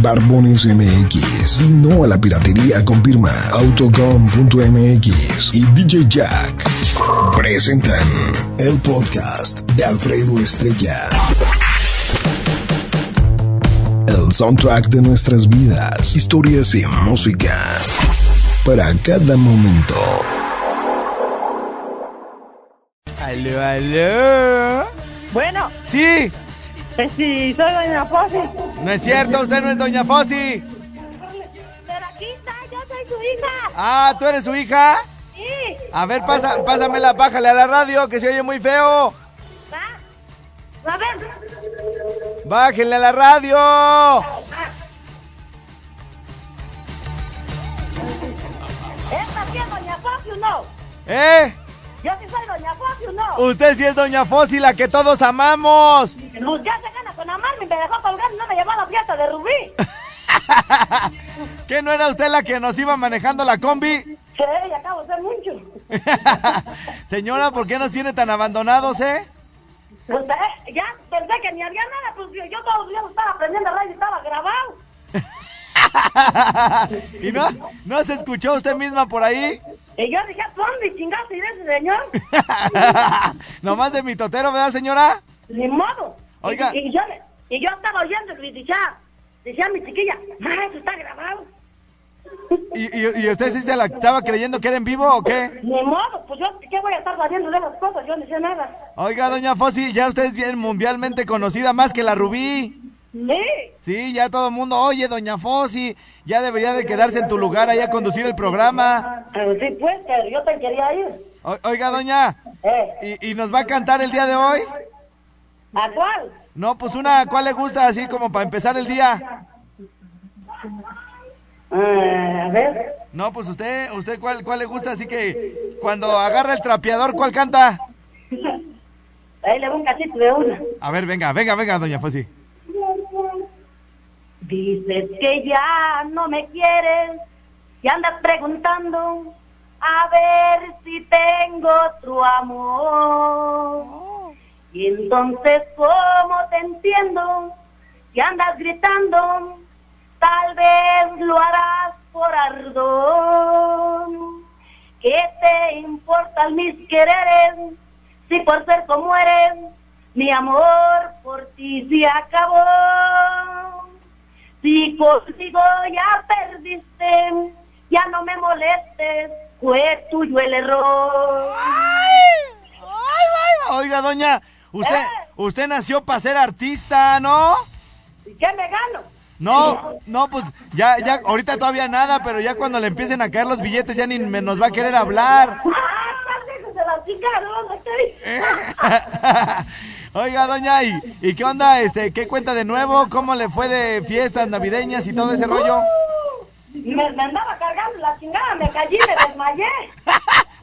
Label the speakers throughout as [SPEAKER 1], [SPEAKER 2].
[SPEAKER 1] Barbones MX. Y no a la piratería con firma autocom.mx y DJ Jack. Presentan el podcast de Alfredo Estrella. El soundtrack de nuestras vidas, historias y música. Para cada momento.
[SPEAKER 2] Aló, aló.
[SPEAKER 3] Bueno,
[SPEAKER 2] Sí,
[SPEAKER 3] pues si soy doña Fossi.
[SPEAKER 2] no es cierto, usted no es Doña Fossi.
[SPEAKER 3] Pero aquí está, yo soy su hija.
[SPEAKER 2] Ah, ¿tú eres su hija?
[SPEAKER 3] Sí,
[SPEAKER 2] A ver, pasa, pásamela, bájale a la radio, que se oye muy feo.
[SPEAKER 3] va. A ver.
[SPEAKER 2] Bájenle a la radio.
[SPEAKER 3] ¿Es también doña Fossi o no?
[SPEAKER 2] ¿Eh?
[SPEAKER 3] Yo sí soy doña Fossi o no.
[SPEAKER 2] Usted sí es Doña Fossi, la que todos amamos.
[SPEAKER 3] Pues ya se gana con amarme, me dejó colgando y no me llevó a la fiesta de Rubí.
[SPEAKER 2] ¿Que no era usted la que nos iba manejando la combi?
[SPEAKER 3] Sí, y acabo de ser mucho.
[SPEAKER 2] Señora, ¿por qué nos tiene tan abandonados, eh?
[SPEAKER 3] Pues eh, ya pensé que ni había nada, pues yo, yo todos los días estaba aprendiendo radio y estaba grabado.
[SPEAKER 2] ¿Y no, no se escuchó usted misma por ahí?
[SPEAKER 3] Y yo dije, ¿tú dónde chingaste y de ese señor?
[SPEAKER 2] Nomás de mi totero, ¿verdad, señora?
[SPEAKER 3] Ni modo.
[SPEAKER 2] Oiga.
[SPEAKER 3] Y, y yo, le- y yo estaba oyendo y decía, decía mi chiquilla, ma, eso está grabado.
[SPEAKER 2] ¿Y, y, y usted sí se la estaba creyendo que era en vivo o qué?
[SPEAKER 3] Ni modo, pues yo, ¿qué voy a estar valiendo de esas cosas? Yo no sé nada.
[SPEAKER 2] Oiga, doña Fossi, ya usted es bien mundialmente conocida más que la Rubí.
[SPEAKER 3] Sí,
[SPEAKER 2] Sí, ya todo el mundo, oye, doña Fossi, ya debería de quedarse en tu lugar ahí a conducir el programa.
[SPEAKER 3] pero sí, pues, pero yo te quería ir.
[SPEAKER 2] O- oiga, doña,
[SPEAKER 3] Eh,
[SPEAKER 2] ¿y, y nos va a cantar el día de hoy?
[SPEAKER 3] ¿A cuál?
[SPEAKER 2] No, pues una, ¿cuál le gusta así como para empezar el día?
[SPEAKER 3] Ah, a ver,
[SPEAKER 2] No, pues usted, usted ¿cuál, cuál le gusta así que cuando agarra el trapeador, ¿cuál canta?
[SPEAKER 3] ahí le voy un cachito de una.
[SPEAKER 2] A ver, venga, venga, venga, doña pues Fossi.
[SPEAKER 3] Dices que ya no me quieres y andas preguntando a ver si tengo tu amor. Y entonces, ¿cómo te entiendo? Y andas gritando, tal vez lo harás por ardor. ¿Qué te importan mis quereres si por ser como eres mi amor por ti se acabó? Si contigo ya perdiste, ya no me molestes, fue tuyo el error.
[SPEAKER 2] Oiga, doña, usted,
[SPEAKER 3] ¿Eh?
[SPEAKER 2] usted nació para ser artista, ¿no?
[SPEAKER 3] ¿Y qué me gano?
[SPEAKER 2] No, no, pues ya, ya, ahorita todavía nada, pero ya cuando le empiecen a caer los billetes ya ni me nos va a querer hablar.
[SPEAKER 3] ¡Ah, estás lejos de la chica! ¿no? ¿Dónde estoy?
[SPEAKER 2] Oiga, doña, ¿y, y qué onda? Este, ¿Qué cuenta de nuevo? ¿Cómo le fue de fiestas navideñas y todo ese rollo?
[SPEAKER 3] Me, me andaba cargando la chingada, me caí, me desmayé.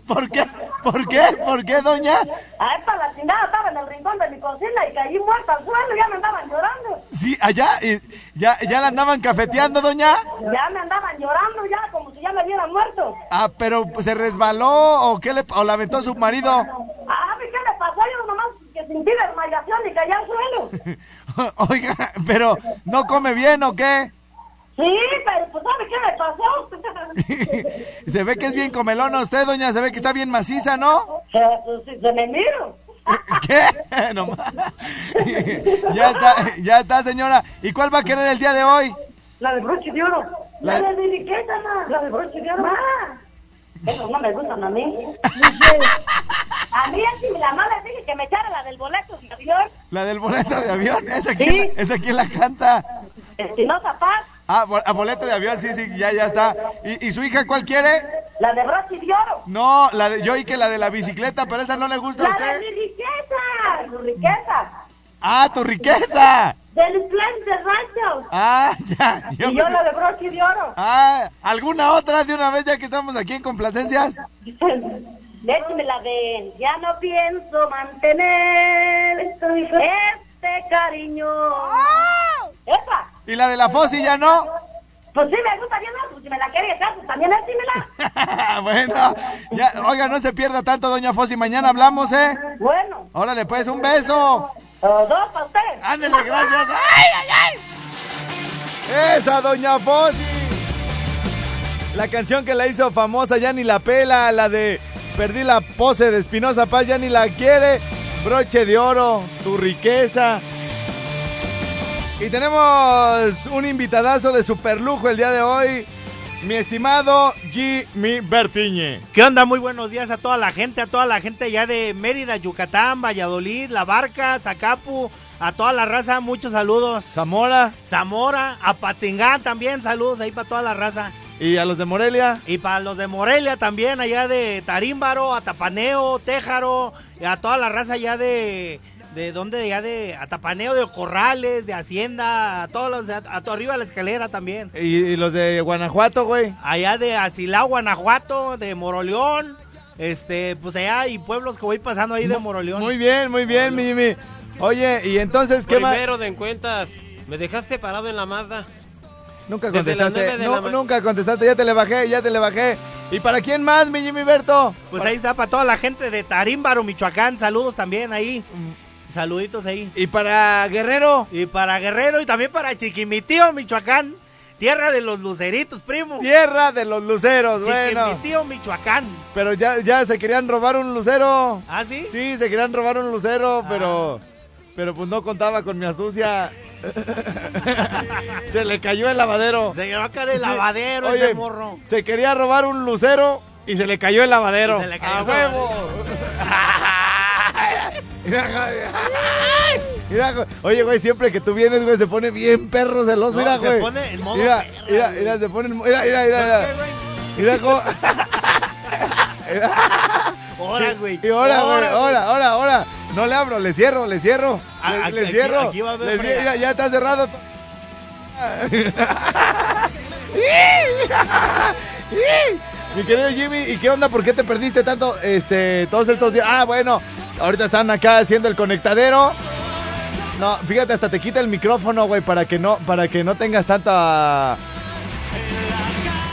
[SPEAKER 2] ¿Por qué? ¿Por qué? ¿Por qué, doña?
[SPEAKER 3] Ahí para la chingada estaba en el rincón de mi cocina y caí muerta al suelo, ya me andaban llorando.
[SPEAKER 2] Sí, allá, eh, ya, ya la andaban cafeteando, doña.
[SPEAKER 3] Ya me andaban llorando, ya como si ya me hubieran muerto.
[SPEAKER 2] Ah, pero se resbaló o qué le, o la aventó su marido.
[SPEAKER 3] Ah, ¿y ¿qué le pasó? Yo nomás que sentí desmayación y caí al suelo.
[SPEAKER 2] Oiga, pero ¿no come bien o qué?
[SPEAKER 3] Sí, pero pues ¿sabe qué me pasó?
[SPEAKER 2] se ve que es bien comelona usted, doña, se ve que está bien maciza, ¿no?
[SPEAKER 3] se, pues, sí, se me miro.
[SPEAKER 2] ¿Qué? No más. ya está, ya está, señora. ¿Y cuál va a querer el día de hoy?
[SPEAKER 3] La de broche de oro.
[SPEAKER 2] La-
[SPEAKER 3] La, de diriqueta, ma. La de broche de oro. Ma. Esos no me gustan a mí. a mí así mi mamá le dije que me echara la del boleto, señor.
[SPEAKER 2] La del boleto de avión, esa
[SPEAKER 3] Sí.
[SPEAKER 2] quién, esa quién la canta.
[SPEAKER 3] Espinosa Paz.
[SPEAKER 2] Ah, bo- ah, boleto de avión, sí, sí, ya, ya está. ¿Y, y su hija cuál quiere?
[SPEAKER 3] La de broche de oro.
[SPEAKER 2] No, la de, yo oí que la de la bicicleta, pero esa no le gusta a
[SPEAKER 3] La de
[SPEAKER 2] usted.
[SPEAKER 3] mi riqueza. Tu riqueza.
[SPEAKER 2] Ah, tu riqueza.
[SPEAKER 3] Del plan de rancho.
[SPEAKER 2] Ah, ya. yo
[SPEAKER 3] Y yo
[SPEAKER 2] pensé-
[SPEAKER 3] la de broche de oro.
[SPEAKER 2] Ah, ¿alguna otra de una vez ya que estamos aquí en complacencias?
[SPEAKER 3] Déjeme la de ya no pienso mantener este cariño. ¡Epa!
[SPEAKER 2] ¿Y la ¡Oh! de la Fossi ya no?
[SPEAKER 3] Pues sí, me gusta bien, ¿no? pues si me la quiere echar, pues también échamela.
[SPEAKER 2] Ah, bueno, ya, oiga, no se pierda tanto, doña Fossi. Mañana hablamos, ¿eh?
[SPEAKER 3] Bueno,
[SPEAKER 2] Órale, pues, un beso.
[SPEAKER 3] o dos para ustedes.
[SPEAKER 2] Ándele, gracias. ¡Ay, ay, ay! ¡Esa, Doña Fossi! La canción que la hizo famosa ya ni la pela, la de Perdí la pose de Espinosa Paz, ya ni la quiere. Broche de oro, tu riqueza. Y tenemos un invitadazo de superlujo el día de hoy, mi estimado Jimmy Bertiñe.
[SPEAKER 4] ¿Qué onda? Muy buenos días a toda la gente, a toda la gente ya de Mérida, Yucatán, Valladolid, La Barca, Zacapu, a toda la raza, muchos saludos.
[SPEAKER 2] Zamora
[SPEAKER 4] Zamora, Apatzingán también, saludos ahí para toda la raza.
[SPEAKER 2] y a los de Morelia.
[SPEAKER 4] Y para los de Morelia también, allá de Tarímbaro, Atapaneo, Téjaro, y a toda la raza allá de... ¿De dónde? Ya de Atapaneo, de Corrales, de Hacienda, a todos los... de- a to- arriba de la escalera también.
[SPEAKER 2] Y, y los de Guanajuato, güey.
[SPEAKER 4] allá de Asilao, Guanajuato, de Moroleón, este, pues allá y pueblos que voy pasando ahí de Moroleón.
[SPEAKER 2] Muy bien, muy bien, mi Jimmy. Oye, y entonces, ¿qué más?
[SPEAKER 5] Primero de cuentas, me dejaste parado en la Mazda.
[SPEAKER 2] Nunca
[SPEAKER 5] Desde las
[SPEAKER 2] contestaste.
[SPEAKER 5] nueve de
[SPEAKER 2] no,
[SPEAKER 5] la ma-
[SPEAKER 2] nunca contestaste. Ya te le bajé, ya te le bajé. ¿Y para quién más, mi Jimmy Berto?
[SPEAKER 4] Pues ahí está para toda la gente de Tarímbaro, Michoacán, saludos también ahí. Saluditos ahí.
[SPEAKER 2] Mm. ¿Y para Guerrero?
[SPEAKER 4] Y para Guerrero y también para Chiquimitío, Michoacán, tierra de los luceritos, primo.
[SPEAKER 2] Tierra de los luceros, Pues bueno.
[SPEAKER 4] Chiquimitío, Michoacán.
[SPEAKER 2] Pero ya, ya se querían robar un lucero.
[SPEAKER 4] ¿Ah, sí? Ah.
[SPEAKER 2] Sí, se querían robar un lucero, pero. Pero pues no contaba con mi astucia. se le cayó el lavadero.
[SPEAKER 4] Se llevó a caer el lavadero
[SPEAKER 2] Oye,
[SPEAKER 4] ese morro.
[SPEAKER 2] Se quería robar un lucero y se le cayó el lavadero. Ah,
[SPEAKER 4] Y se le cayó
[SPEAKER 2] ¡A
[SPEAKER 4] el
[SPEAKER 2] huevo! Mira, joder. Ay, mira, jo- Oye, güey, siempre que tú vienes, güey, se pone bien perro celoso,
[SPEAKER 4] No,
[SPEAKER 2] mira,
[SPEAKER 4] se
[SPEAKER 2] güey.
[SPEAKER 4] pone en modo
[SPEAKER 2] mira,
[SPEAKER 4] perra,
[SPEAKER 2] mira,
[SPEAKER 4] güey.
[SPEAKER 2] mira, se pone en mo- Mira, mira, mira, mira. Mira cómo-
[SPEAKER 4] Ahora, güey.
[SPEAKER 2] Y ahora, güey,
[SPEAKER 4] Ahora,
[SPEAKER 2] ahora, ahora, ahora. No le abro, le cierro, le cierro.
[SPEAKER 4] A-
[SPEAKER 2] le
[SPEAKER 4] aquí-
[SPEAKER 2] le cierro.
[SPEAKER 4] aquí va a haber
[SPEAKER 2] Le
[SPEAKER 4] fregada.
[SPEAKER 2] cier- mira, ya está cerrado. Mi querido Jimmy, ¿y qué onda? ¿Por qué te perdiste tanto este, todos estos días? Ah, bueno, ahorita están acá haciendo el conectadero. No, fíjate, hasta te quita el micrófono, güey, para que no, para que no tengas tanta.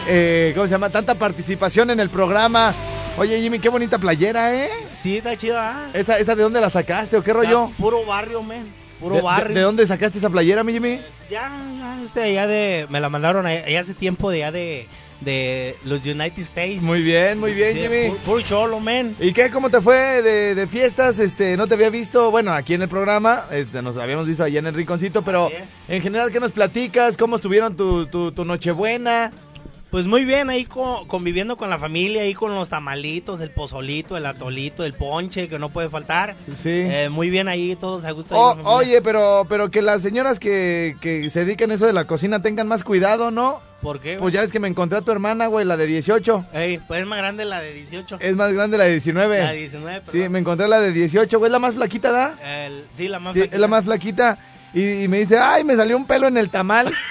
[SPEAKER 2] eh, ¿Cómo se llama? Tanta participación en el programa. Oye, Jimmy, qué bonita playera, ¿eh?
[SPEAKER 4] Sí, está chida. ¿eh?
[SPEAKER 2] ¿Esa, esa de dónde la sacaste o qué rollo?
[SPEAKER 4] Está Puro barrio, men. Puro
[SPEAKER 2] ¿De-
[SPEAKER 4] barrio.
[SPEAKER 2] de, de dónde sacaste esa playera, mi Jimmy?
[SPEAKER 4] Ya, ya, este, allá de. Me la mandaron allá, allá hace tiempo de allá de, de los United States.
[SPEAKER 2] Muy bien, muy bien,
[SPEAKER 4] Sí,
[SPEAKER 2] Jimmy.
[SPEAKER 4] pu- Puro cholo, men.
[SPEAKER 2] ¿Y qué? ¿Cómo te fue de, de fiestas? Este, no te había visto, bueno, aquí en el programa, este, nos habíamos visto allá en el Rinconcito, pero
[SPEAKER 4] Así es.
[SPEAKER 2] en general, ¿qué nos platicas? ¿Cómo estuvieron tu, tu, tu Nochebuena?
[SPEAKER 4] Pues muy bien, ahí co- conviviendo con la familia, ahí con los tamalitos, el pozolito, el atolito, el ponche, que no puede faltar.
[SPEAKER 2] Sí.
[SPEAKER 4] Eh, muy bien ahí, todos a gusto. ahí
[SPEAKER 2] O-
[SPEAKER 4] la familia.
[SPEAKER 2] oye, pero, pero que las señoras que, que se dedican a eso de la cocina tengan más cuidado, ¿no?
[SPEAKER 4] ¿Por qué?
[SPEAKER 2] Pues ya es que me encontré a tu hermana, güey, la de 18.
[SPEAKER 4] Ey, pues es más grande la de 18.
[SPEAKER 2] Es más grande la de 19.
[SPEAKER 4] La de 19,
[SPEAKER 2] Sí,
[SPEAKER 4] perdón.
[SPEAKER 2] me encontré la de 18, güey, es la más flaquita, ¿da?
[SPEAKER 4] El- sí, la más
[SPEAKER 2] Sí, es la
[SPEAKER 4] flaquita.
[SPEAKER 2] más flaquita. Y, y me dice, ay, me salió un pelo en el tamal.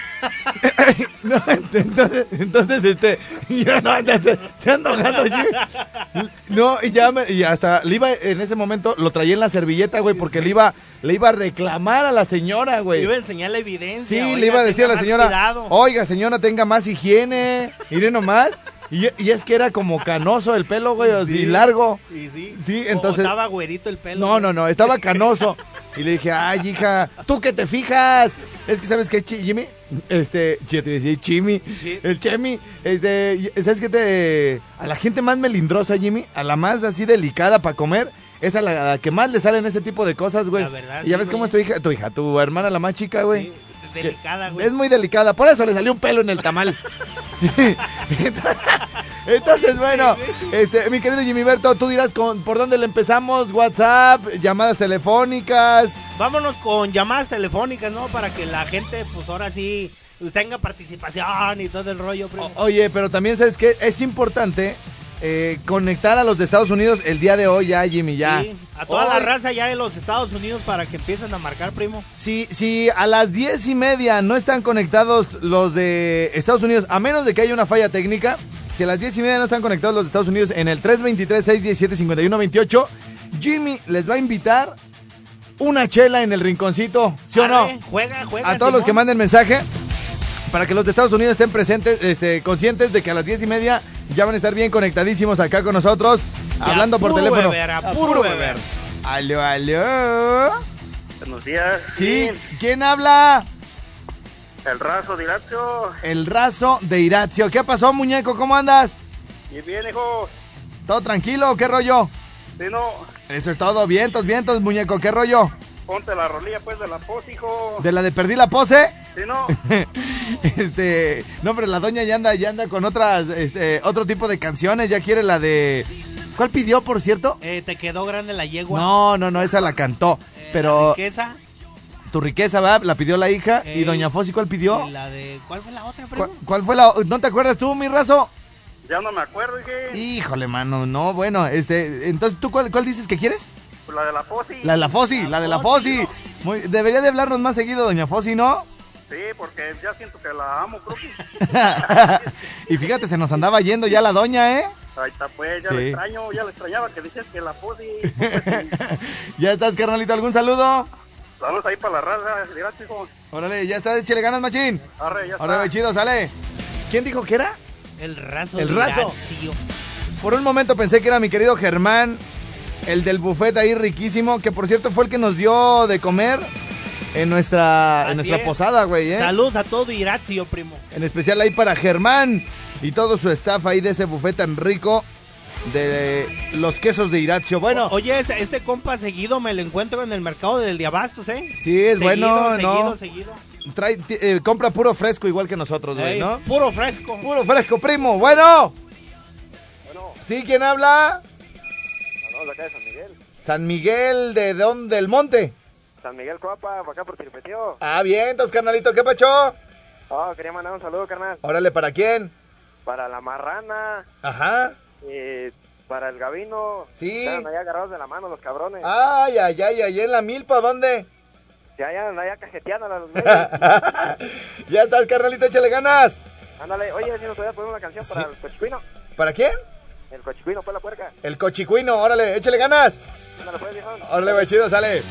[SPEAKER 2] No, ent- entonces, entonces, este, yo no, entonces, se ando ahogando, Jimmy. No, y ya, me- y hasta le iba, en ese momento, lo traía en la servilleta, güey, porque le iba, le iba a reclamar a la señora,
[SPEAKER 4] Le
[SPEAKER 2] güey.
[SPEAKER 4] iba a enseñar la evidencia.
[SPEAKER 2] Sí,
[SPEAKER 4] oiga,
[SPEAKER 2] le iba a decir a
[SPEAKER 4] tenga
[SPEAKER 2] la
[SPEAKER 4] más
[SPEAKER 2] señora,
[SPEAKER 4] cuidado.
[SPEAKER 2] oiga, señora, tenga más higiene, mire nomás. Y, y es que era como canoso el pelo, güey, así
[SPEAKER 4] Sí.
[SPEAKER 2] largo.
[SPEAKER 4] Y sí.
[SPEAKER 2] Sí,
[SPEAKER 4] O- o
[SPEAKER 2] entonces-
[SPEAKER 4] estaba güerito el pelo.
[SPEAKER 2] No, no, no, estaba canoso. Y le dije, ay, hija, tú que te fijas. Es que, ¿sabes qué, Chi- Jimmy? Este, chi- te decía Chimi,
[SPEAKER 4] Sí.
[SPEAKER 2] el Chemi. Este, y- ¿sabes qué te...? A la gente más melindrosa, Jimmy, a la más así delicada para comer, es a la, a la que más le salen este tipo de cosas, güey.
[SPEAKER 4] La verdad,
[SPEAKER 2] Y ya
[SPEAKER 4] sí,
[SPEAKER 2] ves cómo es tu
[SPEAKER 4] güey.
[SPEAKER 2] hija, tu hija, tu hermana, la más chica, güey.
[SPEAKER 4] Sí, delicada,
[SPEAKER 2] Que-
[SPEAKER 4] güey.
[SPEAKER 2] Es muy delicada, por eso le salió un pelo en el tamal. Entonces, bueno, este, mi querido Jimmy Berto, tú dirás con, por dónde le empezamos, WhatsApp, llamadas telefónicas.
[SPEAKER 4] Vámonos con llamadas telefónicas, ¿no? Para que la gente, pues ahora sí, pues, tenga participación y todo el rollo. primo.
[SPEAKER 2] O- oye, pero también sabes que es importante eh, conectar a los de Estados Unidos el día de hoy ya, Jimmy, ya.
[SPEAKER 4] Sí, a toda la
[SPEAKER 2] Hoy-
[SPEAKER 4] raza ya de los Estados Unidos para que empiecen a marcar, primo.
[SPEAKER 2] Si, si a las diez y media no están conectados los de Estados Unidos, a menos de que haya una falla técnica, si a las diez y media no están conectados los de Estados Unidos en el 323-617-5128, Jimmy les va a invitar una chela en el rinconcito, ¿sí o no?
[SPEAKER 4] Arre, Juega, juega.
[SPEAKER 2] A todos los que
[SPEAKER 4] Simón.
[SPEAKER 2] manden mensaje, para que los de Estados Unidos estén presentes, este, conscientes de que a las diez y media ya van a estar bien conectadísimos acá con nosotros,
[SPEAKER 4] a
[SPEAKER 2] hablando por
[SPEAKER 4] puro
[SPEAKER 2] teléfono.
[SPEAKER 4] beber, a puro beber.
[SPEAKER 2] Aló, aló.
[SPEAKER 6] Buenos días.
[SPEAKER 2] Sí, ¿quién habla?
[SPEAKER 6] El raso directo.
[SPEAKER 2] El raso de Irazio. ¿Qué pasó, muñeco? ¿Cómo andas?
[SPEAKER 6] Y bien, hijo.
[SPEAKER 2] ¿Todo tranquilo o qué rollo?
[SPEAKER 6] Si no,
[SPEAKER 2] Eso es todo. Vientos, vientos, muñeco. ¿Qué rollo?
[SPEAKER 6] ponte la rolilla pues de la pos, hijo.
[SPEAKER 2] ¿De la de perdí la pose?
[SPEAKER 6] Si no,
[SPEAKER 2] este, no, pero la doña ya anda, ya anda con otras, este, otro tipo de canciones, ya quiere la de... ¿Cuál pidió, por cierto?
[SPEAKER 4] Eh, te quedó grande la yegua.
[SPEAKER 2] No, no, no, esa la cantó,
[SPEAKER 4] Eh, La
[SPEAKER 2] pero
[SPEAKER 4] riqueza.
[SPEAKER 2] tu riqueza, ¿verdad? La pidió la hija, y
[SPEAKER 4] Ey.
[SPEAKER 2] doña Fosy, ¿cuál pidió?
[SPEAKER 4] y La de, ¿Cuál fue la otra,
[SPEAKER 2] ¿Cuál,
[SPEAKER 4] primo?
[SPEAKER 2] cuál fue la...? ¿No te acuerdas tú, mi razo?
[SPEAKER 6] ya no me acuerdo, dije.
[SPEAKER 2] Híjole, mano, no, bueno, este, entonces, ¿tú cuál, cuál dices que quieres?
[SPEAKER 6] La de la posi.
[SPEAKER 2] La de la Fosy, la de la Fosy. Muy- debería de hablarnos más seguido, doña Fosy, ¿no?
[SPEAKER 6] Sí, porque ya siento que la amo, Cruqui.
[SPEAKER 2] y fíjate, se nos andaba yendo ya la doña, ¿eh?
[SPEAKER 6] Ahí está, pues, ya
[SPEAKER 2] Sí.
[SPEAKER 6] la extraño, ya la extrañaba que dices que la pues, posi.
[SPEAKER 2] ya estás, carnalito, ¿algún saludo?
[SPEAKER 6] Saludos ahí para la raza directo, hijo.
[SPEAKER 2] Órale, ya está, échale ganas, machín.
[SPEAKER 6] Arre, ya
[SPEAKER 2] Órale,
[SPEAKER 6] está.
[SPEAKER 2] chido, sale. ¿Quién dijo que era?
[SPEAKER 4] El raso.
[SPEAKER 2] El
[SPEAKER 4] de
[SPEAKER 2] raso.
[SPEAKER 4] Irazio.
[SPEAKER 2] Por un momento pensé que era mi querido Germán, el del buffet ahí riquísimo, que por cierto fue el que nos dio de comer en nuestra, en
[SPEAKER 4] Así
[SPEAKER 2] nuestra
[SPEAKER 4] es.
[SPEAKER 2] posada, güey, ¿eh?
[SPEAKER 4] Saludos a todo Irazio, primo.
[SPEAKER 2] En especial ahí para Germán y todo su staff ahí de ese buffet tan rico de los quesos de Irazio. Bueno,
[SPEAKER 4] O- Oye, ese- este compa seguido me lo encuentro en el mercado del Diabastos, ¿eh?
[SPEAKER 2] Sí, es bueno,
[SPEAKER 4] seguido,
[SPEAKER 2] ¿no?
[SPEAKER 4] Seguido,
[SPEAKER 2] trae- ti- eh, compra puro fresco igual que nosotros, güey,
[SPEAKER 4] Ey,
[SPEAKER 2] ¿no?
[SPEAKER 4] Puro fresco.
[SPEAKER 2] Puro fresco, primo. Bueno. ¿Sí? ¿Quién habla?
[SPEAKER 6] Saludos acá de San Miguel.
[SPEAKER 2] San Miguel de Don del Monte.
[SPEAKER 6] San Miguel Coapa, acá por Tirpetío.
[SPEAKER 2] Ah, bien, entonces, carnalito, ¿qué pacho?
[SPEAKER 6] Oh, quería mandar un saludo, carnal.
[SPEAKER 2] Órale, ¿para quién?
[SPEAKER 6] Para la marrana,
[SPEAKER 2] Ajá.
[SPEAKER 6] eh, para el gabino.
[SPEAKER 2] Sí. Ah.
[SPEAKER 6] Ya andan ahí agarrados de la mano los cabrones.
[SPEAKER 2] Ay, ay, ay, ay, en la milpa, ¿dónde?
[SPEAKER 6] Ya, ya andan ahí cajeteando a los güeyes.
[SPEAKER 2] ya estás, carnalito, échale ganas.
[SPEAKER 6] Ándale, oye, si nos podías poner una canción para el cochicuino.
[SPEAKER 2] ¿Para quién?
[SPEAKER 6] El cochicuino, pues la puerca.
[SPEAKER 2] El cochicuino, órale, échale ganas.
[SPEAKER 6] Ándale, pues, viejón.
[SPEAKER 2] Órale, güey, chido, sale.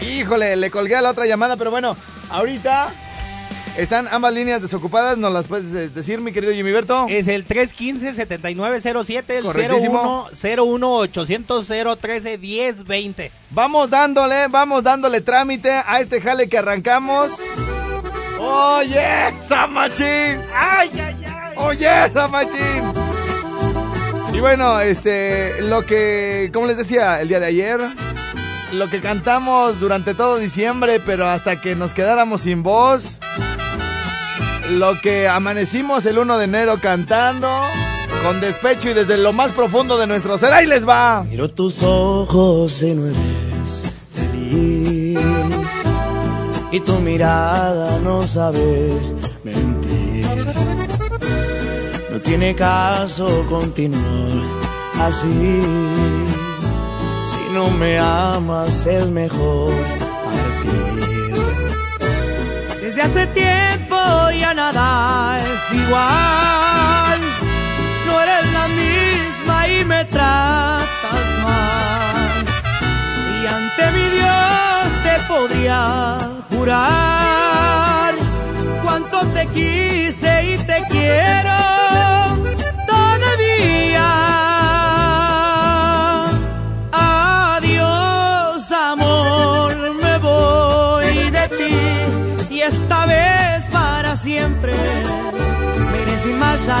[SPEAKER 2] Híjole, le colgué a la otra llamada, pero bueno, ahorita están ambas líneas desocupadas, nos las puedes eh, decir, mi querido Jimiberto.
[SPEAKER 4] Es el 315-7907, el
[SPEAKER 2] Correctísimo.
[SPEAKER 4] 01-01-800-013-1020.
[SPEAKER 2] Vamos dándole, vamos dándole trámite a este jale que arrancamos. Oye, Samachín.
[SPEAKER 4] ¡Ay, ay, ay!
[SPEAKER 2] Oye, Samachín. Y bueno, este, lo que, como les decía el día de ayer, lo que cantamos durante todo diciembre, pero hasta que nos quedáramos sin voz, lo que amanecimos el 1 de enero cantando, con despecho y desde lo más profundo de nuestro ser, ahí les va.
[SPEAKER 7] Miro tus ojos y no eres feliz. Y tu mirada no sabe mentir. No tiene caso continuar así. Si no me amas es mejor partir. Desde hace tiempo ya nada es igual. No eres la misma y me tratas mal. Y ante mi Dios te podría jurar cuánto te quise y te quiero todavía. Adiós, amor, me voy de ti. Y esta vez para siempre me iré sin marcha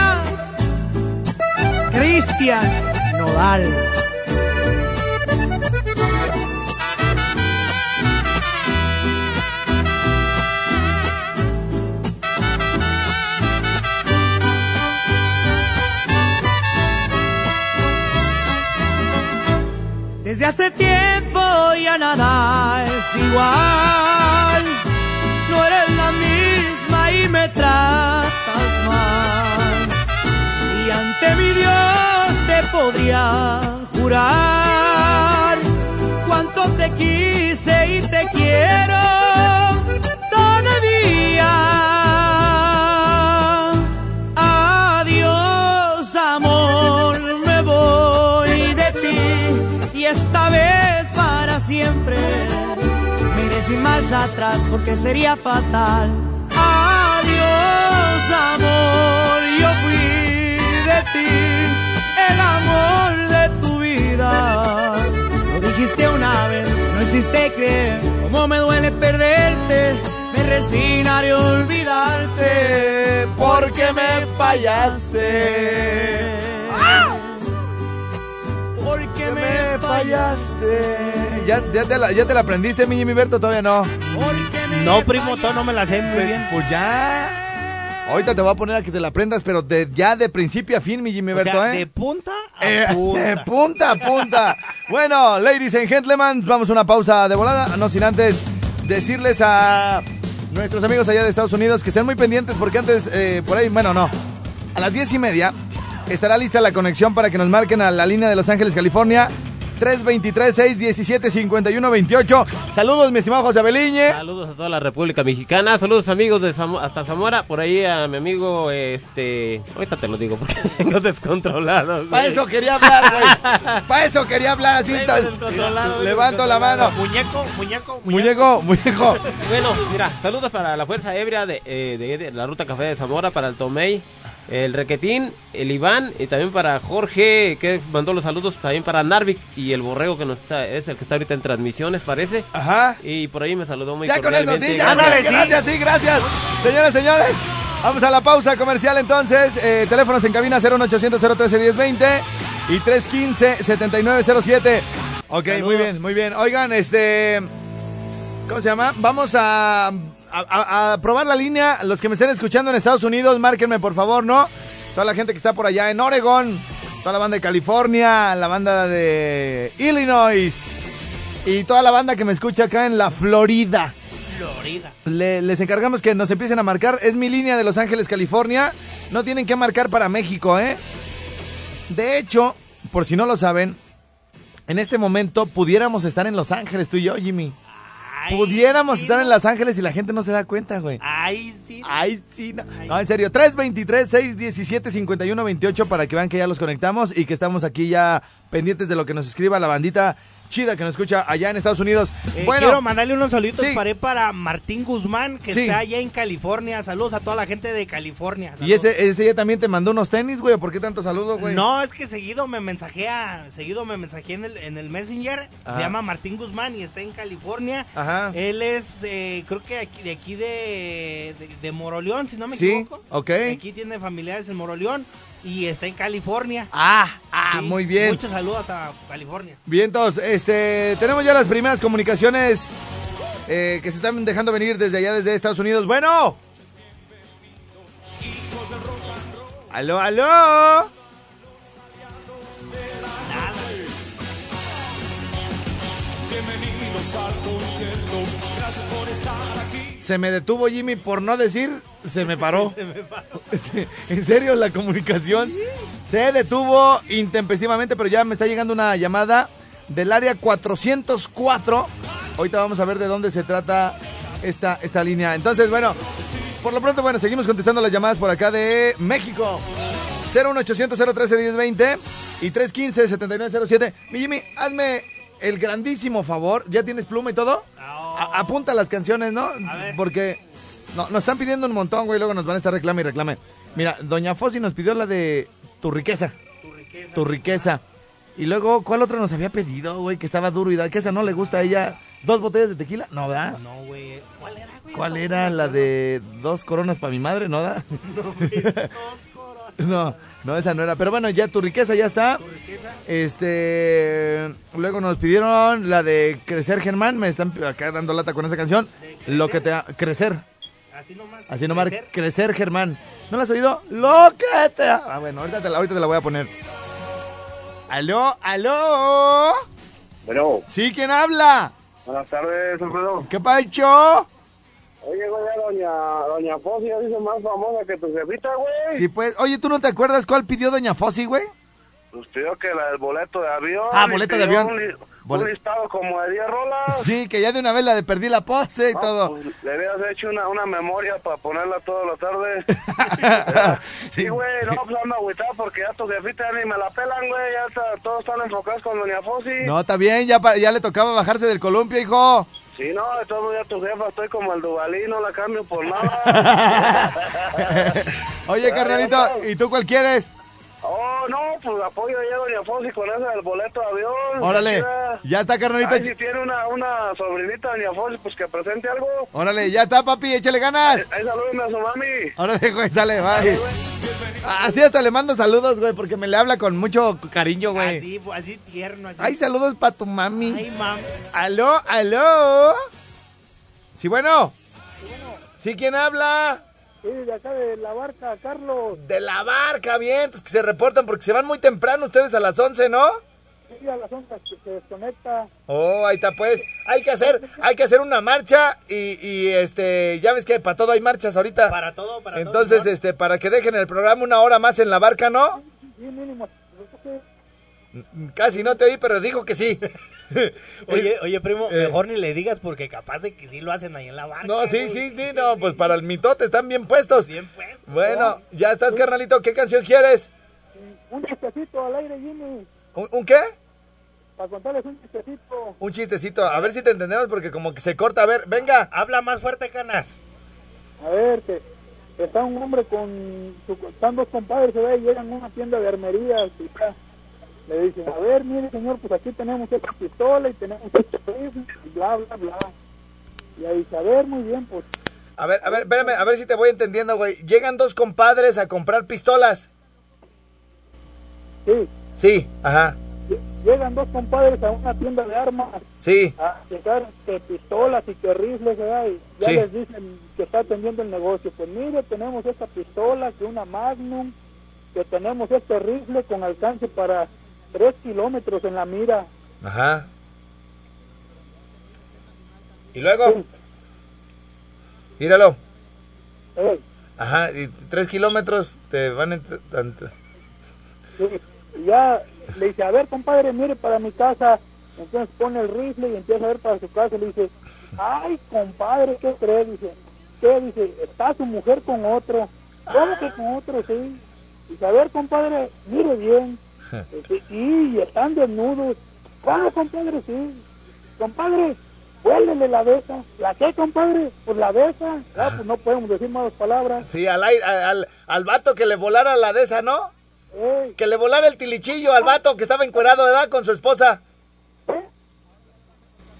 [SPEAKER 7] Cristian Nodal. Desde hace tiempo ya nada es igual. No eres la misma y me tratas mal. Y ante mi Dios te podría jurar cuánto te quise y te quiero todavía. esta vez para siempre. Me iré sin marcha atrás porque sería fatal. Adiós, amor, yo fui de ti, el amor de tu vida. Lo dijiste una vez, no hiciste creer cómo me duele perderte. Me resignaré a olvidarte porque me fallaste. Porque me fallaste.
[SPEAKER 2] Ya, ya te la, ya te la aprendiste, mi Jimmy Berto, todavía no.
[SPEAKER 7] Porque me
[SPEAKER 4] No, primo, todo no me la sé muy bien.
[SPEAKER 2] Pues ya. Ahorita te voy a poner a que te la aprendas, pero de- ya de principio a fin, mi Jimmy
[SPEAKER 4] O
[SPEAKER 2] Berto,
[SPEAKER 4] sea,
[SPEAKER 2] ¿eh?
[SPEAKER 4] de punta a
[SPEAKER 2] Eh, de
[SPEAKER 4] punta.
[SPEAKER 2] punta a punta. Bueno, ladies and gentlemen, vamos a una pausa de volada. No sin antes decirles a nuestros amigos allá de Estados Unidos que estén muy pendientes porque antes, eh, por ahí, bueno, no. A las diez y media estará lista la conexión para que nos marquen a la línea de Los Ángeles, California. 323-617-5128. Saludos, mi estimado José Beliñe.
[SPEAKER 5] Saludos a toda la República Mexicana, saludos amigos de Zamo- hasta Zamora, por ahí a mi amigo, este, ahorita te lo digo porque tengo descontrolado. güey.
[SPEAKER 2] Para eso quería hablar, güey. Para eso quería hablar así.
[SPEAKER 5] Vengo
[SPEAKER 2] tan-
[SPEAKER 5] del controlado,
[SPEAKER 2] Levanto
[SPEAKER 5] vengo
[SPEAKER 2] la
[SPEAKER 5] del
[SPEAKER 2] mano.
[SPEAKER 4] Muñeco, muñeco, muñeco.
[SPEAKER 2] Muñeco, muñeco.
[SPEAKER 5] Bueno, mira, saludos para la Fuerza Ebria de, eh, de- de la Ruta Café de Zamora, para el Tomei, el Requetín, el Iván y también para Jorge que mandó los saludos, también para Narvik y el Borrego que nos está, es el que está ahorita en transmisiones parece.
[SPEAKER 2] Ajá.
[SPEAKER 5] Y por ahí me saludó muy
[SPEAKER 2] Ya con eso, sí,
[SPEAKER 5] cordialmente.
[SPEAKER 2] ya.
[SPEAKER 5] Ándale,
[SPEAKER 2] Gracias, gracias, sí, gracias. Señoras, señores, vamos a la pausa comercial entonces. Eh, teléfonos en cabina 01800 013 1020 y 315 7907. Ok, muy bien, muy bien. Oigan, este. ¿Cómo se llama? Vamos a, a- a- a probar la línea. Los que me estén escuchando en Estados Unidos, márquenme por favor, ¿no? Toda la gente que está por allá en Oregón, toda la banda de California, la banda de Illinois y toda la banda que me escucha acá en la Florida.
[SPEAKER 4] Florida.
[SPEAKER 2] Le- les encargamos que nos empiecen a marcar. Es mi línea de Los Ángeles, California. No tienen que marcar para México, ¿eh? De hecho, por si no lo saben, en este momento pudiéramos estar en Los Ángeles, tú y yo, Jimmy.
[SPEAKER 4] Ay,
[SPEAKER 2] Pudiéramos
[SPEAKER 4] sí,
[SPEAKER 2] estar en
[SPEAKER 4] no.
[SPEAKER 2] Los Ángeles y la gente no se da cuenta, güey.
[SPEAKER 4] Ay, sí.
[SPEAKER 2] Ay, sí, no. No, en serio. 323-617-5128 para que vean que ya los conectamos y que estamos aquí ya pendientes de lo que nos escriba la bandita chida que nos escucha allá en Estados Unidos.
[SPEAKER 4] Eh,
[SPEAKER 2] bueno,
[SPEAKER 4] quiero mandarle unos saluditos
[SPEAKER 2] sí.
[SPEAKER 4] para, para Martín Guzmán, que
[SPEAKER 2] Sí.
[SPEAKER 4] está allá en California. Saludos a toda la gente de California.
[SPEAKER 2] y
[SPEAKER 4] Saludos.
[SPEAKER 2] ese, ese ya también te mandó unos tenis, güey. ¿o ¿Por qué tanto saludo, güey?
[SPEAKER 4] No, es que seguido me mensajea, seguido me mensajea en el, en el Messenger.
[SPEAKER 2] Ajá.
[SPEAKER 4] Se llama Martín Guzmán y está en California.
[SPEAKER 2] Ajá.
[SPEAKER 4] Él es, eh, creo que aquí, de aquí de, de, de Moroleón, si no me
[SPEAKER 2] Sí,
[SPEAKER 4] equivoco.
[SPEAKER 2] ok.
[SPEAKER 4] Aquí tiene familiares en Moroleón y está en California.
[SPEAKER 2] Ah, ah,
[SPEAKER 4] Sí,
[SPEAKER 2] muy bien.
[SPEAKER 4] Muchos saludos hasta California.
[SPEAKER 2] Bien, entonces, este, tenemos ya las primeras comunicaciones eh, que se están dejando venir desde allá, desde Estados Unidos. Bueno. Aló, aló. Se me detuvo Jimmy por no decir, se me paró. en serio, la comunicación se detuvo intempestivamente, pero ya me está llegando una llamada del área 404. Ahorita vamos a ver de dónde se trata esta, esta línea. Entonces, bueno, por lo pronto, bueno, seguimos contestando las llamadas por acá de México. 01800 013 1020 y 315 7907. Mi Jimmy, hazme el grandísimo favor. ¿Ya tienes pluma y todo? A- apunta las canciones, ¿no?
[SPEAKER 4] ver.
[SPEAKER 2] Porque no, nos están pidiendo un montón, güey. Luego nos van a estar reclame y reclame. Mira, Doña Fossi nos pidió la de Tu riqueza.
[SPEAKER 4] Tu riqueza.
[SPEAKER 2] Tu riqueza. Y luego, ¿cuál otro nos había pedido, güey? Que estaba duro y da. Que esa no le gusta a ella. ¿Dos botellas de tequila? No, ¿verdad?
[SPEAKER 4] No, güey. ¿Cuál era, güey?
[SPEAKER 2] ¿Cuál era la de dos coronas para mi madre? ¿No da? No, no, esa no era. Pero bueno, ya tu riqueza ya está. Este. Luego nos pidieron la de Crecer Germán. Me están acá dando lata con esa canción. Lo que te. ha- Crecer.
[SPEAKER 4] Así nomás.
[SPEAKER 2] Así nomás.
[SPEAKER 4] Crecer.
[SPEAKER 2] Crecer, Germán. ¿No la has oído? Lo que te. ha- Ah, bueno, ahorita te, la, ahorita te la voy a poner. Aló, aló.
[SPEAKER 6] Bueno,
[SPEAKER 2] ¿Sí? ¿Quién habla?
[SPEAKER 6] buenas tardes, Alfredo.
[SPEAKER 2] ¿Qué pacho?
[SPEAKER 6] Oye, güey, ya doña, doña Fossi ya dice más famosa que tu jefita, güey.
[SPEAKER 2] Sí, pues. Oye, ¿tú no te acuerdas cuál pidió Doña Fossi, güey?
[SPEAKER 6] Usted dijo que la del boleto de avión.
[SPEAKER 2] Ah,
[SPEAKER 6] y
[SPEAKER 2] boleto de
[SPEAKER 6] pidió
[SPEAKER 2] avión.
[SPEAKER 6] Un, li- un
[SPEAKER 2] Bolet-
[SPEAKER 6] listado como de 10 rolas.
[SPEAKER 2] Sí, que ya de una vez la de perdí la pose y
[SPEAKER 6] No,
[SPEAKER 2] todo.
[SPEAKER 6] pues, le habías hecho una, una memoria para ponerla toda la tarde. pues, sí, güey, no, pues ando agüitado porque ya tus jefitas ya ni me la pelan, güey. Ya está- todos están enfocados con Doña Fossi.
[SPEAKER 2] No, está bien, ya, pa- ya le tocaba bajarse del columpio, hijo.
[SPEAKER 6] Sí, no, de todos ya tu jefa, estoy como el Dubalí, no la cambio por nada.
[SPEAKER 2] Oye, carnalito, ¿y tú cuál quieres?
[SPEAKER 6] oh, no, pues apoyo ya a Doña Fossi con esa del boleto de avión.
[SPEAKER 2] Órale,
[SPEAKER 6] Mira.
[SPEAKER 2] ya está, carnalito.
[SPEAKER 6] Ay, si tiene una, una sobrinita, Doña Fossi, pues que presente algo.
[SPEAKER 2] Órale, ya está, papi, échale ganas.
[SPEAKER 6] Ahí salúdenme a su mami.
[SPEAKER 2] Órale, güey, sale, bye. Así hasta le mando saludos, güey, porque me le habla con mucho cariño, güey.
[SPEAKER 4] Así, pues, así tierno. Así.
[SPEAKER 2] Ay, saludos para tu mami.
[SPEAKER 4] Ay, mam.
[SPEAKER 2] Aló, aló. Sí, bueno. Sí, ¿quién habla? Sí, de acá de la barca, Carlos. De la barca, bien, pues que se reportan porque se van muy temprano ustedes a las 11, ¿no? Oh, ahí está pues. Hay que hacer, hay que hacer una marcha y, y, este, ya ves que para todo hay marchas ahorita.
[SPEAKER 4] Para todo, para todo.
[SPEAKER 2] Entonces,
[SPEAKER 4] señor.
[SPEAKER 2] este, para que dejen el programa una hora más en la barca, ¿no? Mm, Casi no te oí, pero dijo que sí.
[SPEAKER 4] Oye, oye, primo,
[SPEAKER 2] Eh.
[SPEAKER 4] mejor ni le digas porque capaz de que sí lo hacen ahí en la barca.
[SPEAKER 2] No, sí,
[SPEAKER 4] güey.
[SPEAKER 2] sí, sí, no, pues para el mitote están bien puestos.
[SPEAKER 4] Bien, pues.
[SPEAKER 2] Bueno, ya estás, carnalito, ¿qué canción quieres?
[SPEAKER 8] Un chistecito al aire, Jimmy,
[SPEAKER 2] ¿Un, un qué?
[SPEAKER 8] para contarles un chistecito.
[SPEAKER 2] Un chistecito, a ver si te entendemos porque como que se corta, a ver, venga.
[SPEAKER 4] Habla más fuerte, canas.
[SPEAKER 8] A ver, que está un hombre con, su, están dos compadres, se ve, y llegan a una tienda de armerías y ya. le dicen, a ver, mire señor, pues aquí tenemos esta pistola y tenemos este rifle, y bla, bla, bla. Y ahí dice, a ver, muy bien, pues,
[SPEAKER 2] A ver, a ver, espérame, a ver si te voy entendiendo, güey. Llegan dos compadres a comprar pistolas.
[SPEAKER 8] sí.
[SPEAKER 2] Sí, ajá,
[SPEAKER 8] Lle- Llegan dos compadres a una tienda de armas
[SPEAKER 2] sí.
[SPEAKER 8] a checar que pistolas y que rifles, ¿verdad? Y ya
[SPEAKER 2] Sí.
[SPEAKER 8] les dicen que está atendiendo el negocio. Pues mire, tenemos esta pistola, que una Magnum, que tenemos este rifle con alcance para tres kilómetros en la mira.
[SPEAKER 2] Ajá. Y luego, míralo.
[SPEAKER 8] Ey,
[SPEAKER 2] Ajá, y tres kilómetros te van a... ent- ant-
[SPEAKER 8] sí. Y ya le dice, a ver, compadre, mire para mi casa. Entonces pone el rifle y empieza a ver para su casa. y Le dice, ay, compadre, ¿qué crees? Dice, ¿qué? Dice, está su mujer con otro. ¿Cómo que con otro? Sí. Dice, a ver, compadre, mire bien. Dice, sí, y están desnudos. ¿Cómo, compadre? Sí. Compadre, vuélele la besa. ¿La qué, compadre? Pues la besa. Ah, pues no podemos decir malas palabras.
[SPEAKER 2] Sí, al, aire- al, al- al vato que le volara la de esa, ¿no?
[SPEAKER 8] Ey,
[SPEAKER 2] Que le volara el tilichillo al vato que estaba encuerado, ¿verdad? Con su esposa.